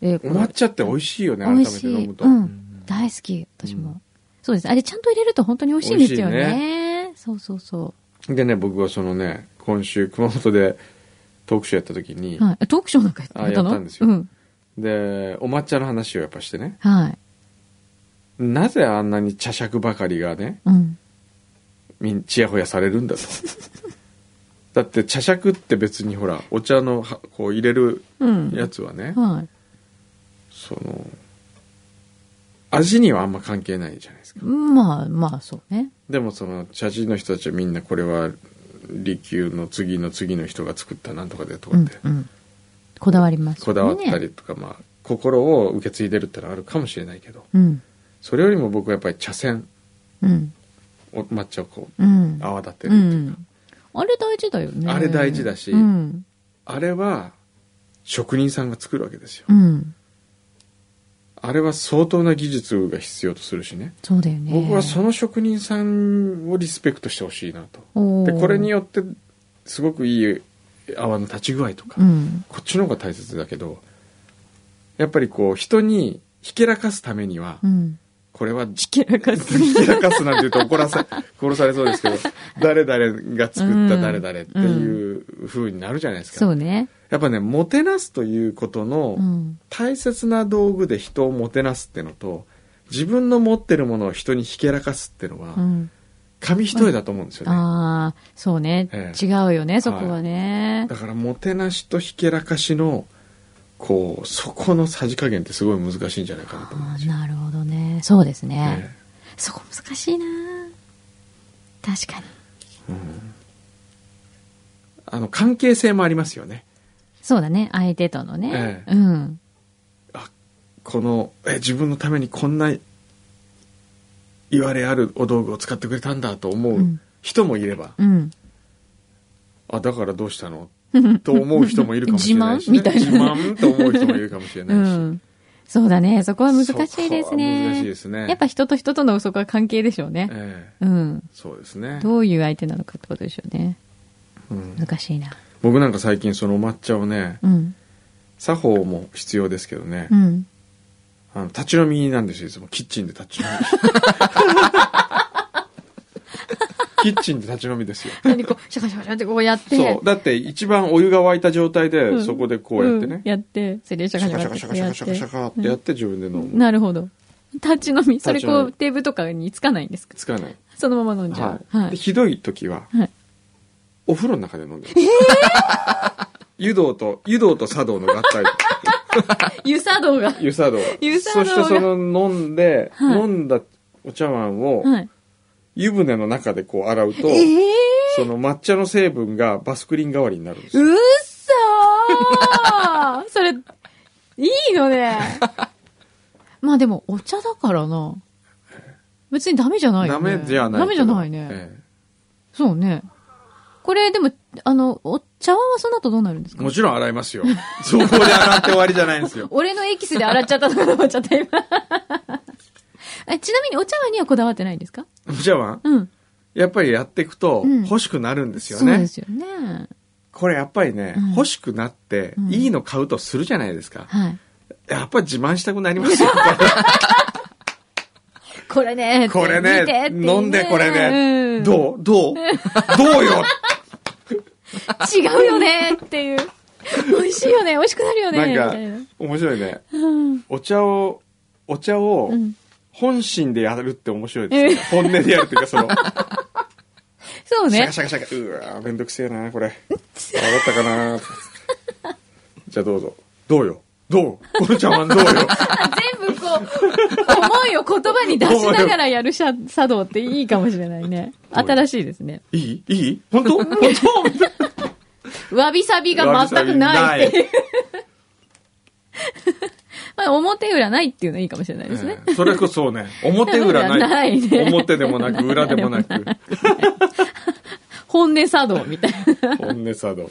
[SPEAKER 3] ええ
[SPEAKER 2] お抹茶って美味しいよね、改
[SPEAKER 3] 美
[SPEAKER 2] め
[SPEAKER 3] 味
[SPEAKER 2] て
[SPEAKER 3] しい。
[SPEAKER 2] 飲むと。
[SPEAKER 3] うん。大好き、私も。そうです。あれ、ちゃんと入れると本当に美味しいんですよ
[SPEAKER 2] 美味し
[SPEAKER 3] ね。そうそうそ
[SPEAKER 2] でね、僕はそのね、今週熊本でトークショーやった時に、
[SPEAKER 3] う。はい。えトークショーなんかやったの
[SPEAKER 2] あやったんですよ
[SPEAKER 3] うん。
[SPEAKER 2] で、お抹茶の話をやっぱしてね、
[SPEAKER 3] はい。
[SPEAKER 2] なぜあんなに茶杓ばかりがね、
[SPEAKER 3] うん。
[SPEAKER 2] みんちやほやされるんだと。 だって茶杓って別にほら、お茶のはこう入れる
[SPEAKER 3] うん。
[SPEAKER 2] やつはね、
[SPEAKER 3] はい。
[SPEAKER 2] その、味にはあんま関係ないじゃないですか。
[SPEAKER 3] まあ、まあ、そうね。
[SPEAKER 2] でもその茶人の人たちはみんなこれは利休の次の次の人が作ったなんとかでと
[SPEAKER 3] う
[SPEAKER 2] かっ
[SPEAKER 3] ん
[SPEAKER 2] て、。
[SPEAKER 3] うん。こだわりますよね。
[SPEAKER 2] こだわったりとか、まあ心を受け継いでるってのはあるかもしれないけど
[SPEAKER 3] うん。
[SPEAKER 2] それよりも僕はやっぱり茶筅
[SPEAKER 3] うん。
[SPEAKER 2] を抹茶をこう
[SPEAKER 3] うん。
[SPEAKER 2] 泡立て
[SPEAKER 3] う
[SPEAKER 2] る、
[SPEAKER 3] ん。あれ大事だよね。
[SPEAKER 2] あれ大事だし
[SPEAKER 3] うん。
[SPEAKER 2] あれは職人さんが作るわけですよ、
[SPEAKER 3] うん。
[SPEAKER 2] あれは相当な技術が必要とするしね
[SPEAKER 3] そうだよね。
[SPEAKER 2] 僕はその職人さんをリスペクトしてほしいなと、
[SPEAKER 3] おー
[SPEAKER 2] でこれによってすごくいい泡の立ち具合とか、
[SPEAKER 3] うん。
[SPEAKER 2] こっちの方が大切だけどやっぱりこう人にひけらかすためには、
[SPEAKER 3] うん。
[SPEAKER 2] これは
[SPEAKER 3] ひけらかす。
[SPEAKER 2] ひけらかすなんて言うと 怒らさ殺されそうですけど誰々が作った誰々っていう風になるじゃないですか、
[SPEAKER 3] そうね。
[SPEAKER 2] やっぱねもてなすということ
[SPEAKER 3] う
[SPEAKER 2] の
[SPEAKER 3] ん。
[SPEAKER 2] 大切な道具で人をもてなすってのと自分の持ってるものを人にひけらかすってのは、
[SPEAKER 3] うん。
[SPEAKER 2] 紙一重だと思うんですよね、
[SPEAKER 3] ああ、そうね
[SPEAKER 2] え。え
[SPEAKER 3] 違うよね、そこはね
[SPEAKER 2] だ。からもてなしとひけらかしのこうそこのさじ加減ってすごい難しいんじゃないかなと思うん
[SPEAKER 3] あ
[SPEAKER 2] です
[SPEAKER 3] ー
[SPEAKER 2] よ、
[SPEAKER 3] なるほどね。そうですね
[SPEAKER 2] え。え
[SPEAKER 3] そこ難しいな確かに。
[SPEAKER 2] あの関係性もありますよね
[SPEAKER 3] そうだね、相手とのね
[SPEAKER 2] え。
[SPEAKER 3] う
[SPEAKER 2] え
[SPEAKER 3] ん。
[SPEAKER 2] このえ自分のためにこんない言われあるお道具を使ってくれたんだと思ううん人もいれば、
[SPEAKER 3] うん。
[SPEAKER 2] あだからどうしたのと思う人もいるかもしれないし、ね、
[SPEAKER 3] 自慢みたいな
[SPEAKER 2] 自慢と思う人もいるかもしれ
[SPEAKER 3] う
[SPEAKER 2] ないし、
[SPEAKER 3] ん。そうだね、そこは難しいです
[SPEAKER 2] そこは難しい
[SPEAKER 3] ね
[SPEAKER 2] で。すね
[SPEAKER 3] やっぱ人と人とのそこは関係でしょうね。
[SPEAKER 2] え
[SPEAKER 3] う
[SPEAKER 2] え
[SPEAKER 3] ん。
[SPEAKER 2] そうですね、
[SPEAKER 3] どういう相手なのかってことでしょうね。
[SPEAKER 2] うん
[SPEAKER 3] 難しいな。
[SPEAKER 2] 僕なんか最近そのお抹茶をね
[SPEAKER 3] うん。
[SPEAKER 2] 作法も必要ですけどね、
[SPEAKER 3] うん。
[SPEAKER 2] あの立ち飲みなんですよいつもキッチンで立ち飲みキッチンで立ち飲みですよ
[SPEAKER 3] 何こう、シャカシャカシャカってこうやって。
[SPEAKER 2] そう。だって一番お湯が沸いた状態で、
[SPEAKER 3] うん
[SPEAKER 2] そこでこうやってね
[SPEAKER 3] ん、やって、それでシ
[SPEAKER 2] シ
[SPEAKER 3] ャ
[SPEAKER 2] ャ
[SPEAKER 3] カシ
[SPEAKER 2] カ
[SPEAKER 3] ャ
[SPEAKER 2] シ
[SPEAKER 3] カ
[SPEAKER 2] ャカ
[SPEAKER 3] シ
[SPEAKER 2] シ
[SPEAKER 3] ャ
[SPEAKER 2] ャ
[SPEAKER 3] カ
[SPEAKER 2] カ
[SPEAKER 3] シ
[SPEAKER 2] シ
[SPEAKER 3] ャ
[SPEAKER 2] ャ
[SPEAKER 3] カ
[SPEAKER 2] カ
[SPEAKER 3] シャカシャカ
[SPEAKER 2] シャカシャカ
[SPEAKER 3] や
[SPEAKER 2] や
[SPEAKER 3] っ
[SPEAKER 2] ってて自分で飲む。
[SPEAKER 3] なるほど。立ち飲み、それこう
[SPEAKER 2] 立ち飲み
[SPEAKER 3] テーブルとかにつかないんですか
[SPEAKER 2] つかない。
[SPEAKER 3] そのまま飲んじゃ
[SPEAKER 2] は
[SPEAKER 3] う。
[SPEAKER 2] い
[SPEAKER 3] は
[SPEAKER 2] で
[SPEAKER 3] い。
[SPEAKER 2] ひどい時は、
[SPEAKER 3] はい
[SPEAKER 2] お風呂の中で飲んでる。 湯道と、湯道と茶道の 合体。
[SPEAKER 3] 湯茶道が。
[SPEAKER 2] 湯茶道。
[SPEAKER 3] 湯茶道
[SPEAKER 2] そ
[SPEAKER 3] が
[SPEAKER 2] してその飲んで、
[SPEAKER 3] はい
[SPEAKER 2] 飲んだお茶碗を
[SPEAKER 3] はい。
[SPEAKER 2] 湯船の中でこう洗うと、
[SPEAKER 3] ええ
[SPEAKER 2] その抹茶の成分がバスクリン代わりになるんです
[SPEAKER 3] ー、
[SPEAKER 2] よ。
[SPEAKER 3] うっそー それ、いいの ね。まあでも、お茶だからな。別にダメじゃない
[SPEAKER 2] ダ
[SPEAKER 3] よね。
[SPEAKER 2] メじゃないけど。
[SPEAKER 3] ダメじゃないね。
[SPEAKER 2] え
[SPEAKER 3] そうね。これ、でも、あの、お茶碗はその後どうなるんです
[SPEAKER 2] え
[SPEAKER 3] か
[SPEAKER 2] もちろん洗いますよ。そこで洗って終わりじゃないんで すよ。
[SPEAKER 3] 俺のエキスで洗っちゃったとかと思っちゃった、今。 えちなみにお茶碗にはこだわってないんですか
[SPEAKER 2] お茶碗
[SPEAKER 3] うん。
[SPEAKER 2] やっぱりやっていくと
[SPEAKER 3] うん
[SPEAKER 2] 欲しくなるんですよ
[SPEAKER 3] そう
[SPEAKER 2] ね。
[SPEAKER 3] ですよね。
[SPEAKER 2] これやっぱりね、
[SPEAKER 3] うん
[SPEAKER 2] 欲しくなって
[SPEAKER 3] うん
[SPEAKER 2] いいの買うとするじゃないですか。
[SPEAKER 3] はい。
[SPEAKER 2] やっぱ自慢したくなります よ。
[SPEAKER 3] これね、
[SPEAKER 2] これね
[SPEAKER 3] 見てっていう
[SPEAKER 2] 飲んでこれね。
[SPEAKER 3] うん
[SPEAKER 2] どうどうどうよ
[SPEAKER 3] 違うよねっていう。美味しいよね、美味しくなるよね、
[SPEAKER 2] なん
[SPEAKER 3] み
[SPEAKER 2] か
[SPEAKER 3] たいな。
[SPEAKER 2] 面白いね
[SPEAKER 3] うん
[SPEAKER 2] お茶をお茶を
[SPEAKER 3] うん
[SPEAKER 2] 本心でやるって面白いですね、本音でやるっていう かその
[SPEAKER 3] そう
[SPEAKER 2] シャ
[SPEAKER 3] ね
[SPEAKER 2] カ。シャカシャカうわーめんどくせえなこれ分かったかなじゃあどうぞどうよどうこの茶碗ど うよ
[SPEAKER 3] 全部こう、思いを言葉に出しながらやる茶茶道っていいかもしれないね。新しいですね。
[SPEAKER 2] いいいい 本当本
[SPEAKER 3] わびさび
[SPEAKER 2] 当
[SPEAKER 3] が全くないっていう。
[SPEAKER 2] い
[SPEAKER 3] まあ、表裏ないっていうのいいかもしれないですね。
[SPEAKER 2] ええそれこそね表裏な い
[SPEAKER 3] ないね
[SPEAKER 2] 表でもなく裏でもなく
[SPEAKER 3] 本音茶道みたいな。
[SPEAKER 2] 本音茶道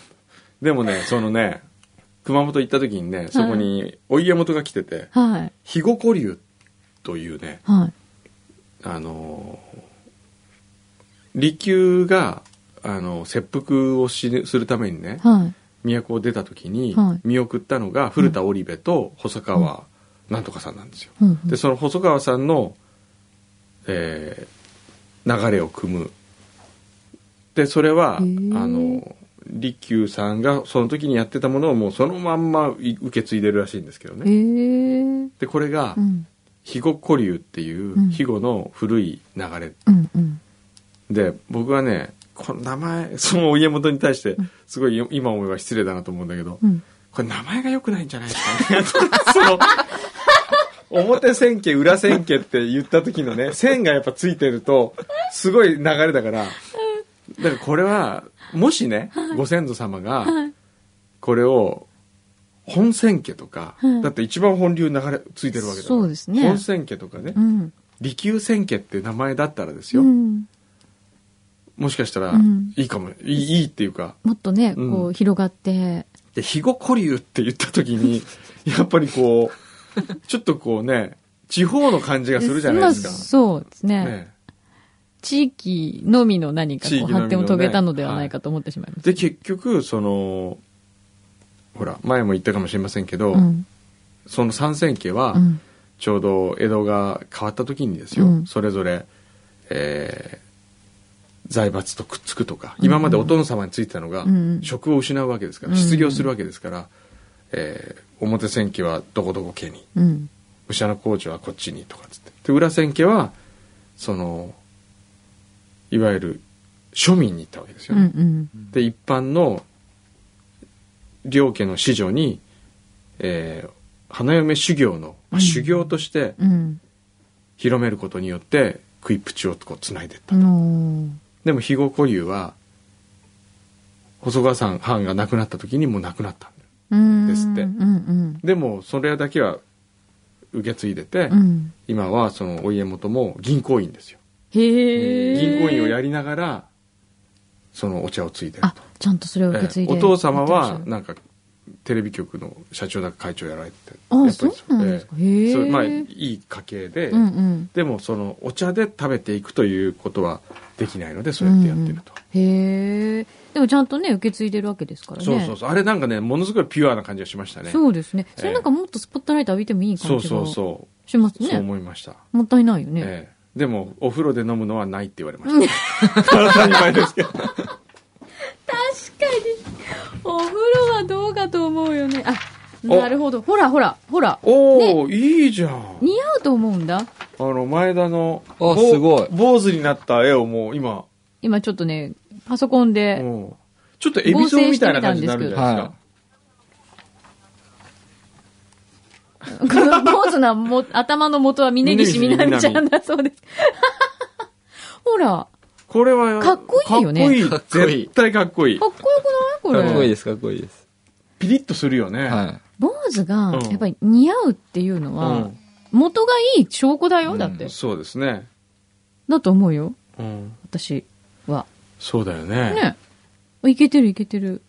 [SPEAKER 2] でもねそのね熊本行った時にねそこにお家元が来てて
[SPEAKER 3] はい。
[SPEAKER 2] 肥後古流というね
[SPEAKER 3] はい。
[SPEAKER 2] あのー利休があの切腹をしするためにね
[SPEAKER 3] はい。
[SPEAKER 2] 都を出た時に
[SPEAKER 3] はい
[SPEAKER 2] 見送ったのが古田織部と細川なんとかさんなんですよ。
[SPEAKER 3] うんうん
[SPEAKER 2] でその細川さんの、えー流れを組むでそれはあ
[SPEAKER 3] へー
[SPEAKER 2] の利休さんがその時にやってたものをもうそのまんまい受け継いでるらしいんですけど
[SPEAKER 3] ええ
[SPEAKER 2] ね。でこれが
[SPEAKER 3] うん。
[SPEAKER 2] 肥後古流っていう
[SPEAKER 3] うん
[SPEAKER 2] 肥後の古い流れ
[SPEAKER 3] うんうん。
[SPEAKER 2] で僕はねこの名前そのお家元に対してすごいよ今思えば失礼だなと思うんだけど、
[SPEAKER 3] うん。
[SPEAKER 2] これ名前が良くないんじゃないですかね その表千家裏千家って言った時のね線がやっぱついてるとすごい流れだからだからこれはもしねご先祖様が
[SPEAKER 3] はい
[SPEAKER 2] これを本千家とか、
[SPEAKER 3] はい
[SPEAKER 2] だって一番本流流れついてるわけだから
[SPEAKER 3] そうですね
[SPEAKER 2] 本千家とかね
[SPEAKER 3] うん。
[SPEAKER 2] 利休千家って名前だったらですよ、
[SPEAKER 3] うん
[SPEAKER 2] もしかしたら
[SPEAKER 3] うん
[SPEAKER 2] いいかも、いいいいっていうか
[SPEAKER 3] もっとね、
[SPEAKER 2] うん
[SPEAKER 3] こう、広がって。
[SPEAKER 2] で肥後古流って言った時 にやっぱりこうちょっとこうね地方の感じがするじゃないですか
[SPEAKER 3] まあ、そうですね。
[SPEAKER 2] ね
[SPEAKER 3] 地域のみの何か
[SPEAKER 2] 地
[SPEAKER 3] こう
[SPEAKER 2] 域のみのね
[SPEAKER 3] 発展を遂げたのではないかと思ってしまいます。
[SPEAKER 2] で結局そのほら前も言ったかもしれませんけど、
[SPEAKER 3] うん。
[SPEAKER 2] その三千家は
[SPEAKER 3] うん。
[SPEAKER 2] ちょうど江戸が変わった時にですよ、
[SPEAKER 3] うん
[SPEAKER 2] それぞれ、えー財閥とくっつくとか今までお殿様についてたのが
[SPEAKER 3] うん
[SPEAKER 2] 職を失うわけですから、
[SPEAKER 3] うん
[SPEAKER 2] 失業するわけですから、えー表千家はどこどこ家に
[SPEAKER 3] うん。
[SPEAKER 2] 武者の工場はこっちにとかっつってで裏千家はそのいわゆる庶民に行ったわけです
[SPEAKER 3] う
[SPEAKER 2] よね、
[SPEAKER 3] ん。
[SPEAKER 2] で一般の両家の子女に、えー花嫁修行の、
[SPEAKER 3] う
[SPEAKER 2] まあ
[SPEAKER 3] ん
[SPEAKER 2] 修行として
[SPEAKER 3] うん。
[SPEAKER 2] 広めることによって食いプチをこうつないでいった、
[SPEAKER 3] あのー
[SPEAKER 2] でも肥後古流は細川さん藩が亡くなった時にもう亡くなったんだよ
[SPEAKER 3] うん。
[SPEAKER 2] ですって
[SPEAKER 3] うんうん。
[SPEAKER 2] でもそれだけは受け継いでて、
[SPEAKER 3] うん。
[SPEAKER 2] 今はそのお家元も銀行員ですよ
[SPEAKER 3] へえ。
[SPEAKER 2] 銀行員をやりながらそのお茶をついでる
[SPEAKER 3] あ、ちゃんとそれを受け継いで。
[SPEAKER 2] ええお父様はなんかテレビ局の社長だか会長やられてて
[SPEAKER 3] あ
[SPEAKER 2] やっぱ
[SPEAKER 3] そう
[SPEAKER 2] り
[SPEAKER 3] なんですか。
[SPEAKER 2] ええ
[SPEAKER 3] へえ。
[SPEAKER 2] そうまあい
[SPEAKER 3] うん
[SPEAKER 2] い家系で、
[SPEAKER 3] うん。
[SPEAKER 2] でもそのお茶で食べていくということはできないのでそうやってやってると、
[SPEAKER 3] へえ。でもちゃんとね、受け継いでるわけですからね。
[SPEAKER 2] そうそうそうあれなんかねものすごいピュアな感じがしましたね
[SPEAKER 3] そうですね。
[SPEAKER 2] え
[SPEAKER 3] それなんかもっとスポットライト浴びてもいい
[SPEAKER 2] そ
[SPEAKER 3] 感
[SPEAKER 2] う
[SPEAKER 3] じ
[SPEAKER 2] そう
[SPEAKER 3] が
[SPEAKER 2] そ
[SPEAKER 3] します
[SPEAKER 2] う、そう
[SPEAKER 3] ね。
[SPEAKER 2] 思いました、
[SPEAKER 3] もったいないよね。
[SPEAKER 2] ええでもお風呂で飲むのはないって言われました、 当たり前ですけど
[SPEAKER 3] 確かに。お風呂はどうかと思うよね。あ、
[SPEAKER 2] お
[SPEAKER 3] なるほど。ほらほら、ほら。
[SPEAKER 2] おお、いいじゃん
[SPEAKER 3] 似合うと思うんだ。
[SPEAKER 2] あの前田の
[SPEAKER 4] あすごい
[SPEAKER 2] 坊主になった絵をもう今
[SPEAKER 3] 今ちょっとね、パソコンで。
[SPEAKER 2] うんちょっとエビゾーみたいな感じになるんじゃないです か。
[SPEAKER 3] この坊主なも頭の元は峯岸みなみちゃんだそうです。 ほら、
[SPEAKER 2] これは、
[SPEAKER 3] かっこいいよね
[SPEAKER 2] か
[SPEAKER 4] か
[SPEAKER 2] っ
[SPEAKER 4] っ
[SPEAKER 2] こ
[SPEAKER 4] こ
[SPEAKER 2] い
[SPEAKER 4] い
[SPEAKER 2] い。
[SPEAKER 4] い
[SPEAKER 2] 絶対かっこいい
[SPEAKER 3] か。っこよくない
[SPEAKER 4] かっ
[SPEAKER 3] こ
[SPEAKER 4] こい
[SPEAKER 3] れ。
[SPEAKER 4] いです、かっこいいです。
[SPEAKER 2] ピリッとするよね。
[SPEAKER 4] は
[SPEAKER 3] 坊主が
[SPEAKER 2] う、ん
[SPEAKER 3] やっぱり似合うっていうの
[SPEAKER 2] う
[SPEAKER 3] は
[SPEAKER 2] ん、
[SPEAKER 3] 元がいい証拠だよ、だって。
[SPEAKER 2] そうですね。
[SPEAKER 3] だと思うよ、
[SPEAKER 2] うん。
[SPEAKER 3] 私は。
[SPEAKER 2] そうだよね。
[SPEAKER 3] ね。いけてるいけてる。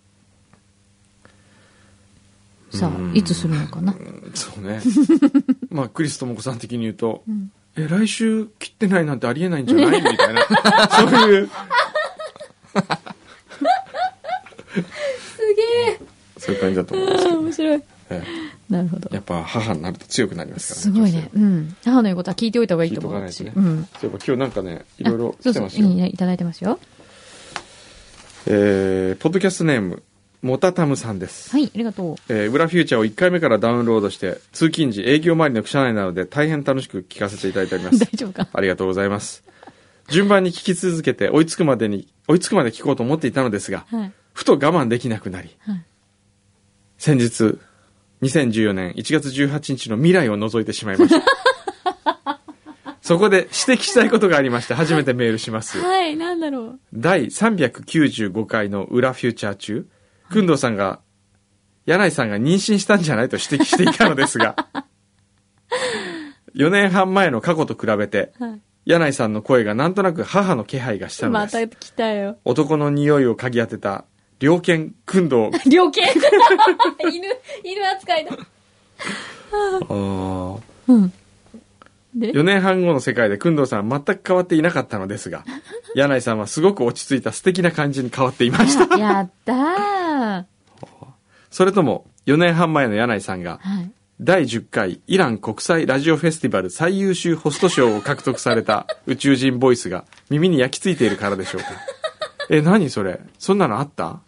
[SPEAKER 3] さ
[SPEAKER 2] う
[SPEAKER 3] あ
[SPEAKER 2] ん、
[SPEAKER 3] いつするのかな。
[SPEAKER 2] そうね。 まあ、クリスともこさん的に言うと、
[SPEAKER 3] ん
[SPEAKER 2] え、来週切ってないなんてありえないんじゃないみたいな。 そういう、
[SPEAKER 3] すげえ
[SPEAKER 2] そういう感じだと思いますけど
[SPEAKER 3] 面白い。
[SPEAKER 2] え
[SPEAKER 3] なるほど
[SPEAKER 2] え。やっぱ母になると強くなりますから
[SPEAKER 3] すごいね。。うん。母の言うことは聞いておいた方がいい
[SPEAKER 2] 女性聞
[SPEAKER 3] と
[SPEAKER 2] いと
[SPEAKER 3] 思
[SPEAKER 2] か
[SPEAKER 3] う
[SPEAKER 2] ないと
[SPEAKER 3] し。
[SPEAKER 2] ね。
[SPEAKER 3] うん。
[SPEAKER 2] そういえば今日なんかね、いろいろ
[SPEAKER 3] あそう
[SPEAKER 2] 来て
[SPEAKER 3] そう
[SPEAKER 2] ますよ。
[SPEAKER 3] いいね。いただいてますよ。
[SPEAKER 2] えーポッドキャストネーム、もたたむさんです。
[SPEAKER 3] はい、ありがとう。
[SPEAKER 2] えー、裏フューチャーを1回目からダウンロードして、通勤時、営業周りの車内なので大変楽しく聞かせていただいております
[SPEAKER 3] 大。丈夫か。
[SPEAKER 2] ありがとうございます。順番に聞き続けて、追いつくまでに、追いつくまで聞こうと思っていたのですが、
[SPEAKER 3] はい。
[SPEAKER 2] ふと我慢できなくなり、
[SPEAKER 3] はい
[SPEAKER 2] 先日、2014年1月18日の未来を覗いてしまいました。 そこで指摘したいことがありまして、初めてメールします。
[SPEAKER 3] はい、なんだろう。
[SPEAKER 2] 第395回の裏フューチャー中、くんどうさんが、柳井さんが妊娠したんじゃないと指摘していたのです が、4年半前の過去と比べて、
[SPEAKER 3] はい。
[SPEAKER 2] 柳井さんの声がなんとなく母の気配がしたの
[SPEAKER 3] ま
[SPEAKER 2] で
[SPEAKER 3] た
[SPEAKER 2] す。
[SPEAKER 3] 来たよ。
[SPEAKER 2] 男の匂いを嗅ぎ当てた、猟犬くんどう。
[SPEAKER 3] 猟犬 犬、犬扱いだ。うん。で
[SPEAKER 2] 4年半後の世界でくんどうさんは全く変わっていなかったのですが、柳井さんはすごく落ち着いた素敵な感じに変わっていました。
[SPEAKER 3] やったー。
[SPEAKER 2] それとも、4年半前の柳井さんが、
[SPEAKER 3] はい。
[SPEAKER 2] 第10回イラン国際ラジオフェスティバル最優秀ホスト賞を獲得された宇宙人ボイスが耳に焼き付いているからでしょうか。え、何それそんなのあった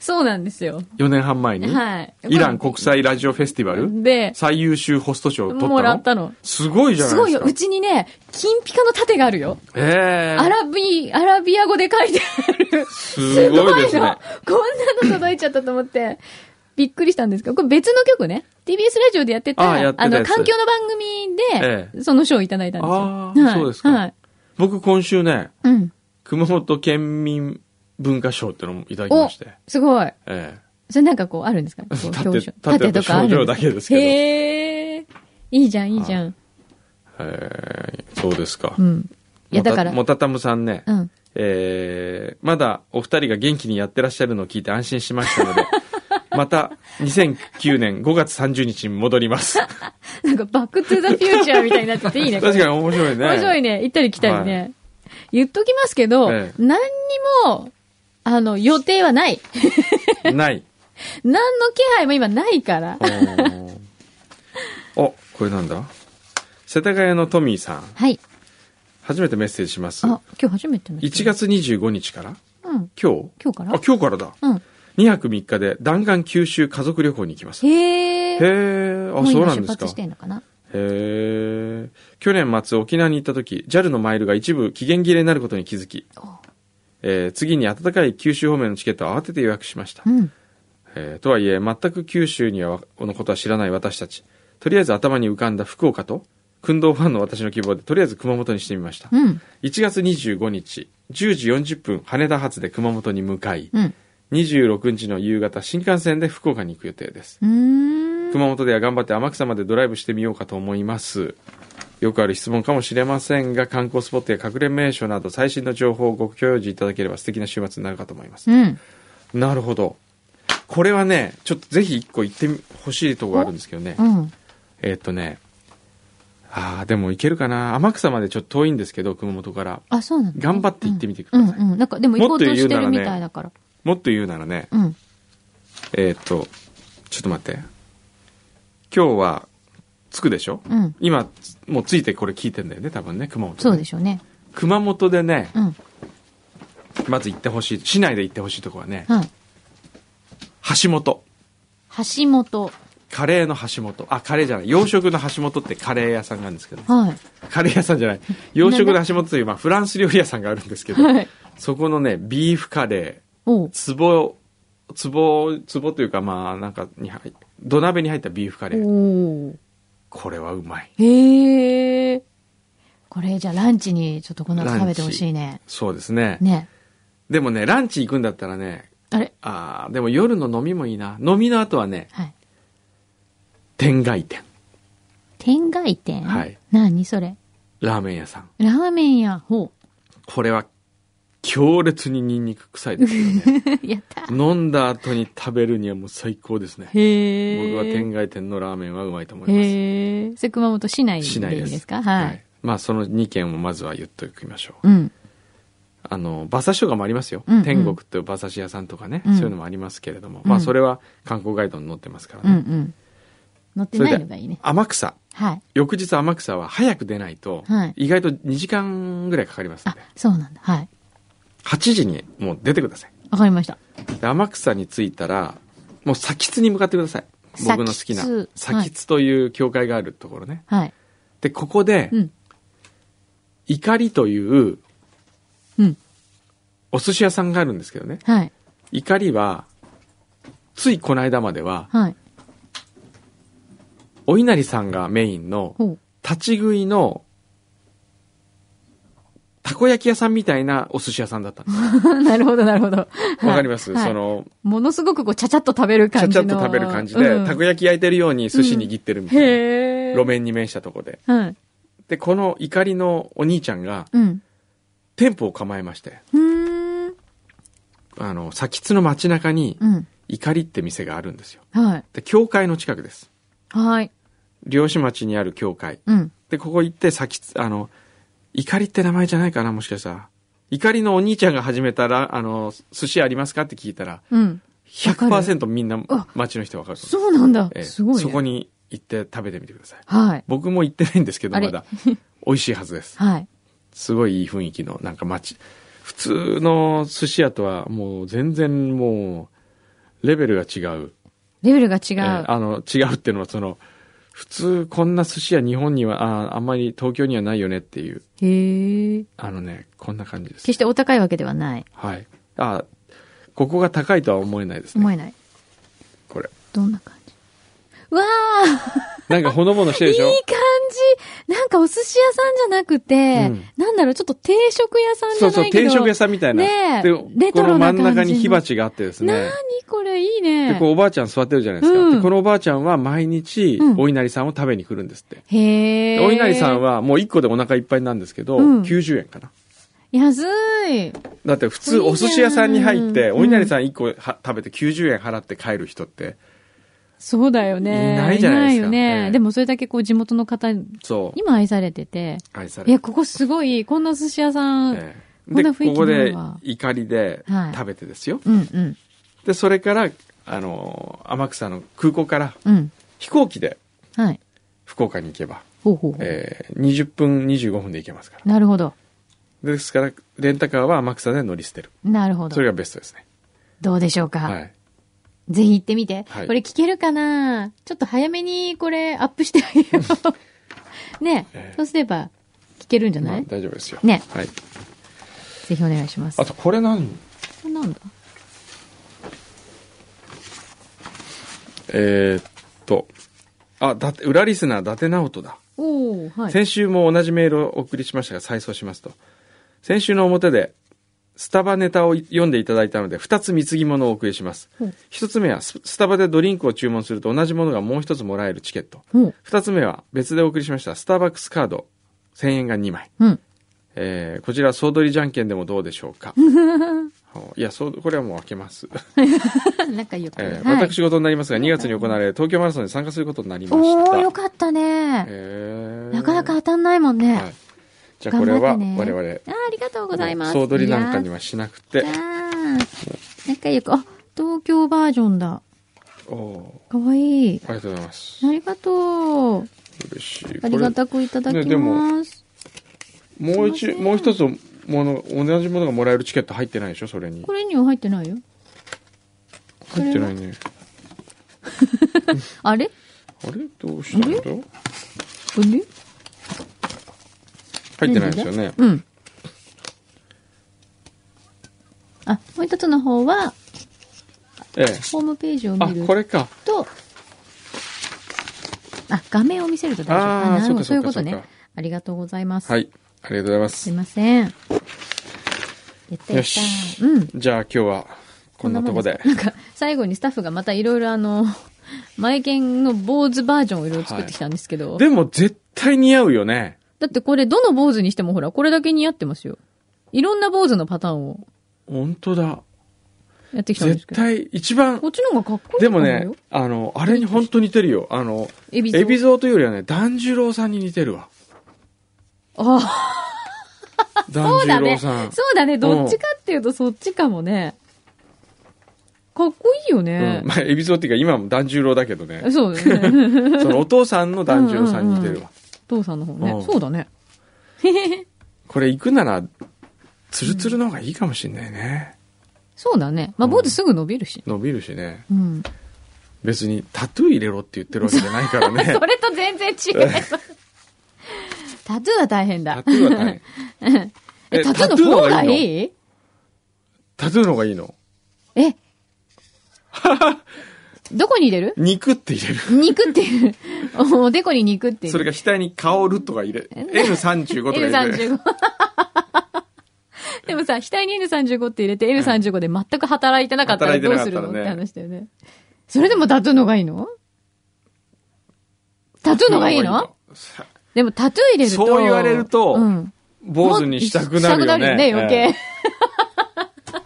[SPEAKER 3] そうなんですよ。
[SPEAKER 2] ?4 年半前に、
[SPEAKER 3] はい
[SPEAKER 2] イラン国際ラジオフェスティバル
[SPEAKER 3] で、
[SPEAKER 2] 最優秀ホスト賞を取ったの
[SPEAKER 3] もらったの。
[SPEAKER 2] すごいじゃ
[SPEAKER 3] す
[SPEAKER 2] な
[SPEAKER 3] ご
[SPEAKER 2] い
[SPEAKER 3] いよ。
[SPEAKER 2] ですか。
[SPEAKER 3] うちにね、金ピカの盾があるよ。
[SPEAKER 2] ええ
[SPEAKER 3] アラビ、アラビア語で書いてある。
[SPEAKER 2] すごいです
[SPEAKER 3] すごいの。
[SPEAKER 2] ね
[SPEAKER 3] こんなの届いちゃったと思って、びっくりしたんですけど、これ別の曲ね。TBS ラジオでやってた、
[SPEAKER 2] あや
[SPEAKER 3] あ
[SPEAKER 2] ってたやつ
[SPEAKER 3] の、環境の番組
[SPEAKER 2] え
[SPEAKER 3] で、
[SPEAKER 2] え
[SPEAKER 3] その賞をいただいたんですよ。
[SPEAKER 2] あー
[SPEAKER 3] はい
[SPEAKER 2] そうですか
[SPEAKER 3] はい。
[SPEAKER 2] 僕今週ね、
[SPEAKER 3] うん。
[SPEAKER 2] 熊本県民文化賞ってのもいただきま
[SPEAKER 3] お
[SPEAKER 2] して。え、
[SPEAKER 3] すごい。
[SPEAKER 2] え
[SPEAKER 3] それなんかこう、あるんですか こう
[SPEAKER 2] 盾
[SPEAKER 3] 表彰
[SPEAKER 2] 盾と
[SPEAKER 3] 盾とかあるん
[SPEAKER 2] 賞状だけですけど
[SPEAKER 3] へえ。いいじゃん、いいじゃん。
[SPEAKER 2] ええそうですか。
[SPEAKER 3] うん。いや、だから、
[SPEAKER 2] もたもたたむさんね、
[SPEAKER 3] うん。
[SPEAKER 2] えーまだお二人が元気にやってらっしゃるのを聞いて安心しまし たので、また2009年5月30日に戻ります。
[SPEAKER 3] なんか、バックトゥーザフューチャーみたいになってていいね。
[SPEAKER 2] 確かに面白いね。
[SPEAKER 3] 面白い
[SPEAKER 2] ね。
[SPEAKER 3] ね。行ったり来たりね。言っときますけど、
[SPEAKER 2] ええ
[SPEAKER 3] 何にも、あの、予定はない。
[SPEAKER 2] ない。
[SPEAKER 3] 何の気配も今ないから
[SPEAKER 2] お。ーお、これなんだ世田谷のトミーさん、
[SPEAKER 3] はい。
[SPEAKER 2] 初めてメッセージします。
[SPEAKER 3] あ
[SPEAKER 2] 1、
[SPEAKER 3] 今日初めての人。
[SPEAKER 2] 月25日から
[SPEAKER 3] うん。
[SPEAKER 2] 今日
[SPEAKER 3] 今日から
[SPEAKER 2] あ、今日からだ。
[SPEAKER 3] うん。
[SPEAKER 2] 2泊3日で弾丸九州家族旅行に行きます。へ
[SPEAKER 3] へえ。
[SPEAKER 2] え、
[SPEAKER 3] も
[SPEAKER 2] あ、
[SPEAKER 3] う
[SPEAKER 2] そう
[SPEAKER 3] 今
[SPEAKER 2] な
[SPEAKER 3] 出
[SPEAKER 2] んですか
[SPEAKER 3] 発し。てんのかな
[SPEAKER 2] へえ。去年末沖縄に行った時、JAL のマイルが一部期限切れになることに気づき、えー次に暖かい九州方面のチケットを慌てて予約しました
[SPEAKER 3] う。ん。
[SPEAKER 2] えーとはいえ、全く九州にはのことは知らない私たち。とりあえず頭に浮かんだ福岡と、訓導ファンの私の希望で、とりあえず熊本にしてみました。
[SPEAKER 3] うん。
[SPEAKER 2] 1月25日、10時40分、羽田発で熊本に向かい、
[SPEAKER 3] うん。
[SPEAKER 2] 26日の夕方、新幹線で福岡に行く予定です。
[SPEAKER 3] うーん。
[SPEAKER 2] 熊本では頑張って天草までドライブしてみようかと思いますよくある質問かもしれませんが観光スポットや隠れ名所など最新の情報をご教示いただければ素敵な週末になるかと思います、
[SPEAKER 3] うん。
[SPEAKER 2] なるほどこれはねちょっとぜひ一個行ってほしいとこがあるんですけどね
[SPEAKER 3] うん。
[SPEAKER 2] えーっとねああでも行けるかな天草までちょっと遠いんですけど熊本から
[SPEAKER 3] あ、そうなんだ。
[SPEAKER 2] 頑張って行ってみてく
[SPEAKER 3] う
[SPEAKER 2] だ
[SPEAKER 3] ん
[SPEAKER 2] さい、
[SPEAKER 3] うん。なんか、でも行こうとしてるみたいだから。
[SPEAKER 2] もっと言うならね
[SPEAKER 3] うん。
[SPEAKER 2] えーっとちょっと待って今日は着くでしょ、
[SPEAKER 3] うん。
[SPEAKER 2] 今もうついてこれ聞いてんだよね多分ね熊本
[SPEAKER 3] そうで
[SPEAKER 2] ょ
[SPEAKER 3] しょうね。
[SPEAKER 2] 熊本でね
[SPEAKER 3] うん。
[SPEAKER 2] まず行ってほしい市内で行ってほしいとこはね
[SPEAKER 3] はい。
[SPEAKER 2] 橋本
[SPEAKER 3] 橋本。
[SPEAKER 2] カレーの橋本あカレーじゃない洋食の橋本ってカレー屋さんがあるんですけど
[SPEAKER 3] はい。
[SPEAKER 2] カレー屋さんじゃない洋食の橋本という、まあ、フランス料理屋さんがあるんですけど
[SPEAKER 3] はい。
[SPEAKER 2] そこのねビーフカレ
[SPEAKER 3] おう。
[SPEAKER 2] ー壺壺壺というかまあなんかに入土鍋に入ったビーフカレー
[SPEAKER 3] おう。
[SPEAKER 2] これはうまい
[SPEAKER 3] へえ。これじゃあランチにちょっとこの後食べてほしいね。
[SPEAKER 2] そうですね
[SPEAKER 3] ね。
[SPEAKER 2] でもねランチ行くんだったらね
[SPEAKER 3] あれ
[SPEAKER 2] あーでも夜の飲みもいいな飲みの後はね
[SPEAKER 3] はい。
[SPEAKER 2] 天外店
[SPEAKER 3] 天外店
[SPEAKER 2] はい。
[SPEAKER 3] 何それ
[SPEAKER 2] ラーメン屋さん
[SPEAKER 3] ラーメン屋。ほ
[SPEAKER 2] これは強烈にニンニク臭いで すよね
[SPEAKER 3] う。やった。
[SPEAKER 2] 飲んだ後に食べるにはもう最高ですね
[SPEAKER 3] へえ。
[SPEAKER 2] 僕は天外店のラーメンはうまいと思いま
[SPEAKER 3] へえ。それ熊本市内
[SPEAKER 2] す市内
[SPEAKER 3] でいい
[SPEAKER 2] で
[SPEAKER 3] ん
[SPEAKER 2] す
[SPEAKER 3] ですかは。
[SPEAKER 2] はいまあその2軒をまずは言っておきましょう
[SPEAKER 3] うん。
[SPEAKER 2] あの馬刺しとかもありますよ、
[SPEAKER 3] うんうん
[SPEAKER 2] 天国っていう馬刺し屋さんとかね、
[SPEAKER 3] うん
[SPEAKER 2] そういうのもありますけれども、
[SPEAKER 3] うん
[SPEAKER 2] まあそれは観光ガイドに載ってますから
[SPEAKER 3] うんう
[SPEAKER 2] ね、
[SPEAKER 3] ん。乗って
[SPEAKER 2] そ
[SPEAKER 3] な
[SPEAKER 2] れ
[SPEAKER 3] いのが
[SPEAKER 2] で
[SPEAKER 3] いいね。
[SPEAKER 2] 天草
[SPEAKER 3] はい。
[SPEAKER 2] 翌日天草は早く出ないと、
[SPEAKER 3] はい
[SPEAKER 2] 意外と2時間ぐらいかかりますん
[SPEAKER 3] あ
[SPEAKER 2] で、
[SPEAKER 3] そうなんだ。はい。
[SPEAKER 2] 8時にもう出てください
[SPEAKER 3] わかりました。
[SPEAKER 2] 天草に着いたらもう佐吉に向かってください僕の好きな
[SPEAKER 3] 佐吉
[SPEAKER 2] 佐吉という教会があるところね、
[SPEAKER 3] はい。
[SPEAKER 2] でここで、
[SPEAKER 3] うん。
[SPEAKER 2] 怒りという
[SPEAKER 3] うん。
[SPEAKER 2] お寿司屋さんがあるんですけどね
[SPEAKER 3] はい。
[SPEAKER 2] 怒りはついこの間までは
[SPEAKER 3] はい。
[SPEAKER 2] お稲荷さんがメインの
[SPEAKER 3] ほう。
[SPEAKER 2] 立ち食いのたこ焼き屋さんみたいなお寿司屋さんだったんです
[SPEAKER 3] なるほど、なるほど。わ
[SPEAKER 2] わかります、
[SPEAKER 3] はい
[SPEAKER 2] その
[SPEAKER 3] ものすごくこう、ちゃちゃっと食べる
[SPEAKER 2] ちゃ
[SPEAKER 3] 感
[SPEAKER 2] ち
[SPEAKER 3] じ
[SPEAKER 2] ゃっ
[SPEAKER 3] の。
[SPEAKER 2] と食べる感じで、
[SPEAKER 3] うん
[SPEAKER 2] たこ焼き焼いてるように寿司握ってるみたいな、
[SPEAKER 3] へえ。
[SPEAKER 2] 路。面に面したとこで
[SPEAKER 3] はい。
[SPEAKER 2] でこの怒りのお兄ちゃんが
[SPEAKER 3] うん。
[SPEAKER 2] 店舗を構えまして
[SPEAKER 3] うーん。
[SPEAKER 2] あの佐吉の街中に
[SPEAKER 3] うん。
[SPEAKER 2] 怒りって店があるんですよ
[SPEAKER 3] はい。
[SPEAKER 2] で教会の近くです
[SPEAKER 3] はい。
[SPEAKER 2] 漁師町にある教会
[SPEAKER 3] うん。
[SPEAKER 2] でここ行って先つあの怒りって名前じゃないかなもしかしたら怒りのお兄ちゃんが始めたらあの寿司ありますかって聞いたら
[SPEAKER 3] うん。わか
[SPEAKER 2] 100%みんな
[SPEAKER 3] あ
[SPEAKER 2] 町の人わかると思
[SPEAKER 3] そうなんだ
[SPEAKER 2] う。ええ
[SPEAKER 3] すごい、ね。
[SPEAKER 2] そこに行って食べてみてください
[SPEAKER 3] はい。
[SPEAKER 2] 僕も行ってないんですけど
[SPEAKER 3] あれ
[SPEAKER 2] まだ美味しいはずです
[SPEAKER 3] はい。
[SPEAKER 2] すごいいい雰囲気のなんか町普通の寿司屋とはもう全然もうレベルが違う
[SPEAKER 3] レベルが違
[SPEAKER 2] え
[SPEAKER 3] う
[SPEAKER 2] ー。あの違うっていうのはその普通こんな寿司屋日本にはああんまり東京にはないよねっていう
[SPEAKER 3] へえ。
[SPEAKER 2] あのねこんな感じです
[SPEAKER 3] 決してお高いわけではない。
[SPEAKER 2] はいあここが高いとは思えないです
[SPEAKER 3] 思え
[SPEAKER 2] ね
[SPEAKER 3] ない。
[SPEAKER 2] これ
[SPEAKER 3] どんな感じうわあ
[SPEAKER 2] なんかほのぼのしてる
[SPEAKER 3] い
[SPEAKER 2] で
[SPEAKER 3] い
[SPEAKER 2] しょ
[SPEAKER 3] 感じなんかお寿司屋さんじゃなくて、
[SPEAKER 2] うん
[SPEAKER 3] なんだろう、ちょっと定食屋さんじ
[SPEAKER 2] そう
[SPEAKER 3] ゃ
[SPEAKER 2] そ
[SPEAKER 3] な
[SPEAKER 2] う
[SPEAKER 3] いけど
[SPEAKER 2] 定食屋さんみたいな、
[SPEAKER 3] ねえ
[SPEAKER 2] で
[SPEAKER 3] レト
[SPEAKER 2] こ
[SPEAKER 3] ロ
[SPEAKER 2] の
[SPEAKER 3] な感じ
[SPEAKER 2] 真ん
[SPEAKER 3] の
[SPEAKER 2] 中に火鉢があってですね
[SPEAKER 3] なにこれいい
[SPEAKER 2] で
[SPEAKER 3] ね。
[SPEAKER 2] こうおばあちゃん座ってるじゃないですか、
[SPEAKER 3] うん
[SPEAKER 2] でこのおばあちゃんは毎日
[SPEAKER 3] うん
[SPEAKER 2] お稲荷さんを食べに来るんですって、
[SPEAKER 3] へ
[SPEAKER 2] で
[SPEAKER 3] え。
[SPEAKER 2] お稲荷さん。はもう1個でお腹いっぱいなんですけど、
[SPEAKER 3] うん
[SPEAKER 2] 90円かな
[SPEAKER 3] 安い。
[SPEAKER 2] だって普通お寿司屋さんに入って
[SPEAKER 3] うん
[SPEAKER 2] お稲荷さん1個は食べて90円払って帰る人って
[SPEAKER 3] そうだよね。
[SPEAKER 2] いないじゃないですか
[SPEAKER 3] よね。
[SPEAKER 2] ええ
[SPEAKER 3] でもそれだけこう地元の方に
[SPEAKER 2] そう
[SPEAKER 3] も愛されてて。
[SPEAKER 2] 愛さ
[SPEAKER 3] い
[SPEAKER 2] れ
[SPEAKER 3] や、
[SPEAKER 2] て、
[SPEAKER 3] ここすごい、こんなお寿司屋さん。
[SPEAKER 2] ええ
[SPEAKER 3] こんな雰囲気
[SPEAKER 2] でここ
[SPEAKER 3] ない
[SPEAKER 2] で
[SPEAKER 3] わ
[SPEAKER 2] 怒りで
[SPEAKER 3] はい
[SPEAKER 2] 食べてですよ、
[SPEAKER 3] うんうん。
[SPEAKER 2] でそれからあの天草の空港から
[SPEAKER 3] うん。
[SPEAKER 2] 飛行機で
[SPEAKER 3] はい。
[SPEAKER 2] 福岡に行けば、
[SPEAKER 3] ほうほうほう。
[SPEAKER 2] えー20分25分で行けますから
[SPEAKER 3] なるほど。
[SPEAKER 2] ですからレンタカーは天草で乗り捨てる
[SPEAKER 3] なるほど
[SPEAKER 2] そ。れがベストですね
[SPEAKER 3] どうでしょうか、
[SPEAKER 2] はい
[SPEAKER 3] ぜひ行ってみて。
[SPEAKER 2] はい
[SPEAKER 3] これ聞けるかなちょっと早めにこれアップしてあげよう。 ね、
[SPEAKER 2] ええ
[SPEAKER 3] そうすれば聞けるんじゃ
[SPEAKER 2] ま
[SPEAKER 3] な
[SPEAKER 2] あ
[SPEAKER 3] い、
[SPEAKER 2] 大丈夫ですよ
[SPEAKER 3] ね
[SPEAKER 2] はい、
[SPEAKER 3] ぜひお願いします。
[SPEAKER 2] あとこれ何
[SPEAKER 3] これなんだ
[SPEAKER 2] えーっとあだって裏リスナー伊達直人だ
[SPEAKER 3] おおはい。
[SPEAKER 2] 先週も同じメールをお送りしましたが再送しますと先週の表でスタバネタを読んでいただいたので2つ貢ぎ物をお送りします
[SPEAKER 3] うん
[SPEAKER 2] 1つ目はススタバでドリンクを注文すると同じものがもう1つもらえるチケット
[SPEAKER 3] うん。
[SPEAKER 2] 2つ目は別でお送りしましたスターバックスカード1000円が2枚、
[SPEAKER 3] うん。
[SPEAKER 2] えーこちら総取りじゃんけんでもどうでしょう かほういやそうこれはもう開けます、
[SPEAKER 3] 仲良く。
[SPEAKER 2] えー
[SPEAKER 3] はい、
[SPEAKER 2] 私事になりますが2月に行われる東京マラソンに参加することになりまし
[SPEAKER 3] お
[SPEAKER 2] た
[SPEAKER 3] およかったね、
[SPEAKER 2] えー
[SPEAKER 3] なかなか当たんないもんね。
[SPEAKER 2] はい、じゃあこれは
[SPEAKER 3] 頑張ってね
[SPEAKER 2] 我々
[SPEAKER 3] あーありがとうございます。
[SPEAKER 2] 総取りなんかに
[SPEAKER 3] は。
[SPEAKER 2] はしなくて
[SPEAKER 3] じゃあ、仲良く。あ、東京バージョンだ。
[SPEAKER 2] おお
[SPEAKER 3] かわいい
[SPEAKER 2] ー。ありがとうございます
[SPEAKER 3] ありがとう。
[SPEAKER 2] 嬉しい
[SPEAKER 3] ありがたくいただ
[SPEAKER 2] ね
[SPEAKER 3] き
[SPEAKER 2] でも
[SPEAKER 3] ます。
[SPEAKER 2] これもう
[SPEAKER 3] すい
[SPEAKER 2] 一
[SPEAKER 3] ません
[SPEAKER 2] もう一つもの同じものがもらえるチケット入ってないでしょそれに
[SPEAKER 3] これには入ってないよ。れ
[SPEAKER 2] 入ってないね
[SPEAKER 3] あれ
[SPEAKER 2] あれどうしたんだ
[SPEAKER 3] これ
[SPEAKER 2] 入ってないですよね
[SPEAKER 3] うん。あ、もう一つの方は、
[SPEAKER 2] ええ
[SPEAKER 3] ホームページを
[SPEAKER 2] あ
[SPEAKER 3] 見る
[SPEAKER 2] これか
[SPEAKER 3] と、あ、画面を見せると大丈夫。
[SPEAKER 2] あー
[SPEAKER 3] なるほど、そ
[SPEAKER 2] そ
[SPEAKER 3] い
[SPEAKER 2] う
[SPEAKER 3] うう
[SPEAKER 2] か
[SPEAKER 3] こ
[SPEAKER 2] そ
[SPEAKER 3] と
[SPEAKER 2] うか
[SPEAKER 3] ね
[SPEAKER 2] そうか。
[SPEAKER 3] ありがとうございます。
[SPEAKER 2] はいありがとうございますす
[SPEAKER 3] いません。やったや
[SPEAKER 2] よ
[SPEAKER 3] っ。
[SPEAKER 2] した
[SPEAKER 3] うん。
[SPEAKER 2] じゃあ今日はこんなとこで
[SPEAKER 3] もんすなんか、最後にスタッフがまたいろいろあの、 前剣の坊主バージョンをいろいろ作ってきたんですけど、
[SPEAKER 2] でも絶対似合うよね
[SPEAKER 3] だってこれどの坊主にしてもほら、これだけ似合ってますよ。いろんな坊主のパターンを
[SPEAKER 2] 本当だ
[SPEAKER 3] やってきたんで
[SPEAKER 2] 絶
[SPEAKER 3] すけど。
[SPEAKER 2] 対一番
[SPEAKER 3] こっちの方がかっこいい
[SPEAKER 2] で
[SPEAKER 3] と思
[SPEAKER 2] も
[SPEAKER 3] うよ。
[SPEAKER 2] ね、あの、あれに本当に似てるよ。あの、
[SPEAKER 3] エビゾ
[SPEAKER 2] 海老蔵というよりはね、團十郎さんに似てるわ。
[SPEAKER 3] あ
[SPEAKER 2] 團
[SPEAKER 3] そうだ
[SPEAKER 2] 十
[SPEAKER 3] ね。
[SPEAKER 2] 郎
[SPEAKER 3] そ
[SPEAKER 2] さん。
[SPEAKER 3] うだね。どっちかっていうとそっちかもね。かっこいいよね
[SPEAKER 2] うん。。まあ、海老蔵っていうか、今も團十郎だけどね。
[SPEAKER 3] そうだよ ね。
[SPEAKER 2] そのお父さんの團十郎さんに似てるわ。
[SPEAKER 3] 父さんの方
[SPEAKER 2] う
[SPEAKER 3] ね。
[SPEAKER 2] ん
[SPEAKER 3] そうだね。
[SPEAKER 2] これ行くなら、ツルツルの方がいいかもしんないね。
[SPEAKER 3] そうだね。まあ、
[SPEAKER 2] うん
[SPEAKER 3] 坊主すぐ伸びるし。
[SPEAKER 2] 伸びるしね
[SPEAKER 3] うん。
[SPEAKER 2] 別にタトゥー入れろって言ってるわけじゃないからね
[SPEAKER 3] それと全然違う。 タトゥーは大変だ
[SPEAKER 2] タ。トゥーは大変
[SPEAKER 3] え、
[SPEAKER 2] え
[SPEAKER 3] タトゥーの方が
[SPEAKER 2] タトゥーの方が
[SPEAKER 3] い
[SPEAKER 2] い
[SPEAKER 3] い
[SPEAKER 2] タトゥーの方がいいの
[SPEAKER 3] えどこに入れる
[SPEAKER 2] 肉って入れる
[SPEAKER 3] 肉っていう。おでこに肉っていう。
[SPEAKER 2] それが額に香るとか入れ N35 とか入れて
[SPEAKER 3] N35。でもさ、額に N35 って入れて N35 で全く働いてなかったら
[SPEAKER 2] 働いて
[SPEAKER 3] どう
[SPEAKER 2] なか
[SPEAKER 3] す
[SPEAKER 2] った
[SPEAKER 3] る
[SPEAKER 2] ら
[SPEAKER 3] の
[SPEAKER 2] ね
[SPEAKER 3] って話だよね。それでもタトゥーの方がいいのタトゥーの方がいいの
[SPEAKER 2] さ
[SPEAKER 3] でもタトゥー入れると。
[SPEAKER 2] そう言われると
[SPEAKER 3] うん。
[SPEAKER 2] 坊主にしたくなるよね
[SPEAKER 3] したくなるよね、余計。 人間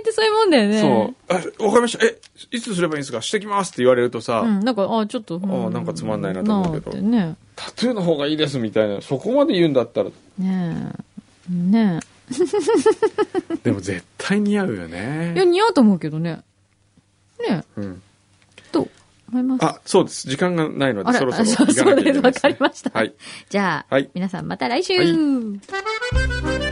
[SPEAKER 3] ってそういうもんだよ
[SPEAKER 2] ええ
[SPEAKER 3] ね。
[SPEAKER 2] そうあわかりましたえいつすればいいんですかしてきますって言われるとさ、
[SPEAKER 3] うん、なんか、あ、ちょっと。う
[SPEAKER 2] なんかつまんないなと思うけど
[SPEAKER 3] なあってね。
[SPEAKER 2] タトゥーの方がいいですみたいなそこまで言うんだったら
[SPEAKER 3] ねえ。ね
[SPEAKER 2] でも絶対似合うよ
[SPEAKER 3] え。いや、
[SPEAKER 2] ね、
[SPEAKER 3] 似合うと思うけどね。ね
[SPEAKER 2] うん、
[SPEAKER 3] え、と思います。
[SPEAKER 2] あそうです時間がないの
[SPEAKER 3] あら
[SPEAKER 2] でそろそろ
[SPEAKER 3] あ そう
[SPEAKER 2] 行かなきゃいけない
[SPEAKER 3] そうですわかりました
[SPEAKER 2] はい
[SPEAKER 3] じゃあ、
[SPEAKER 2] はい
[SPEAKER 3] 皆さんまた来週、
[SPEAKER 2] はい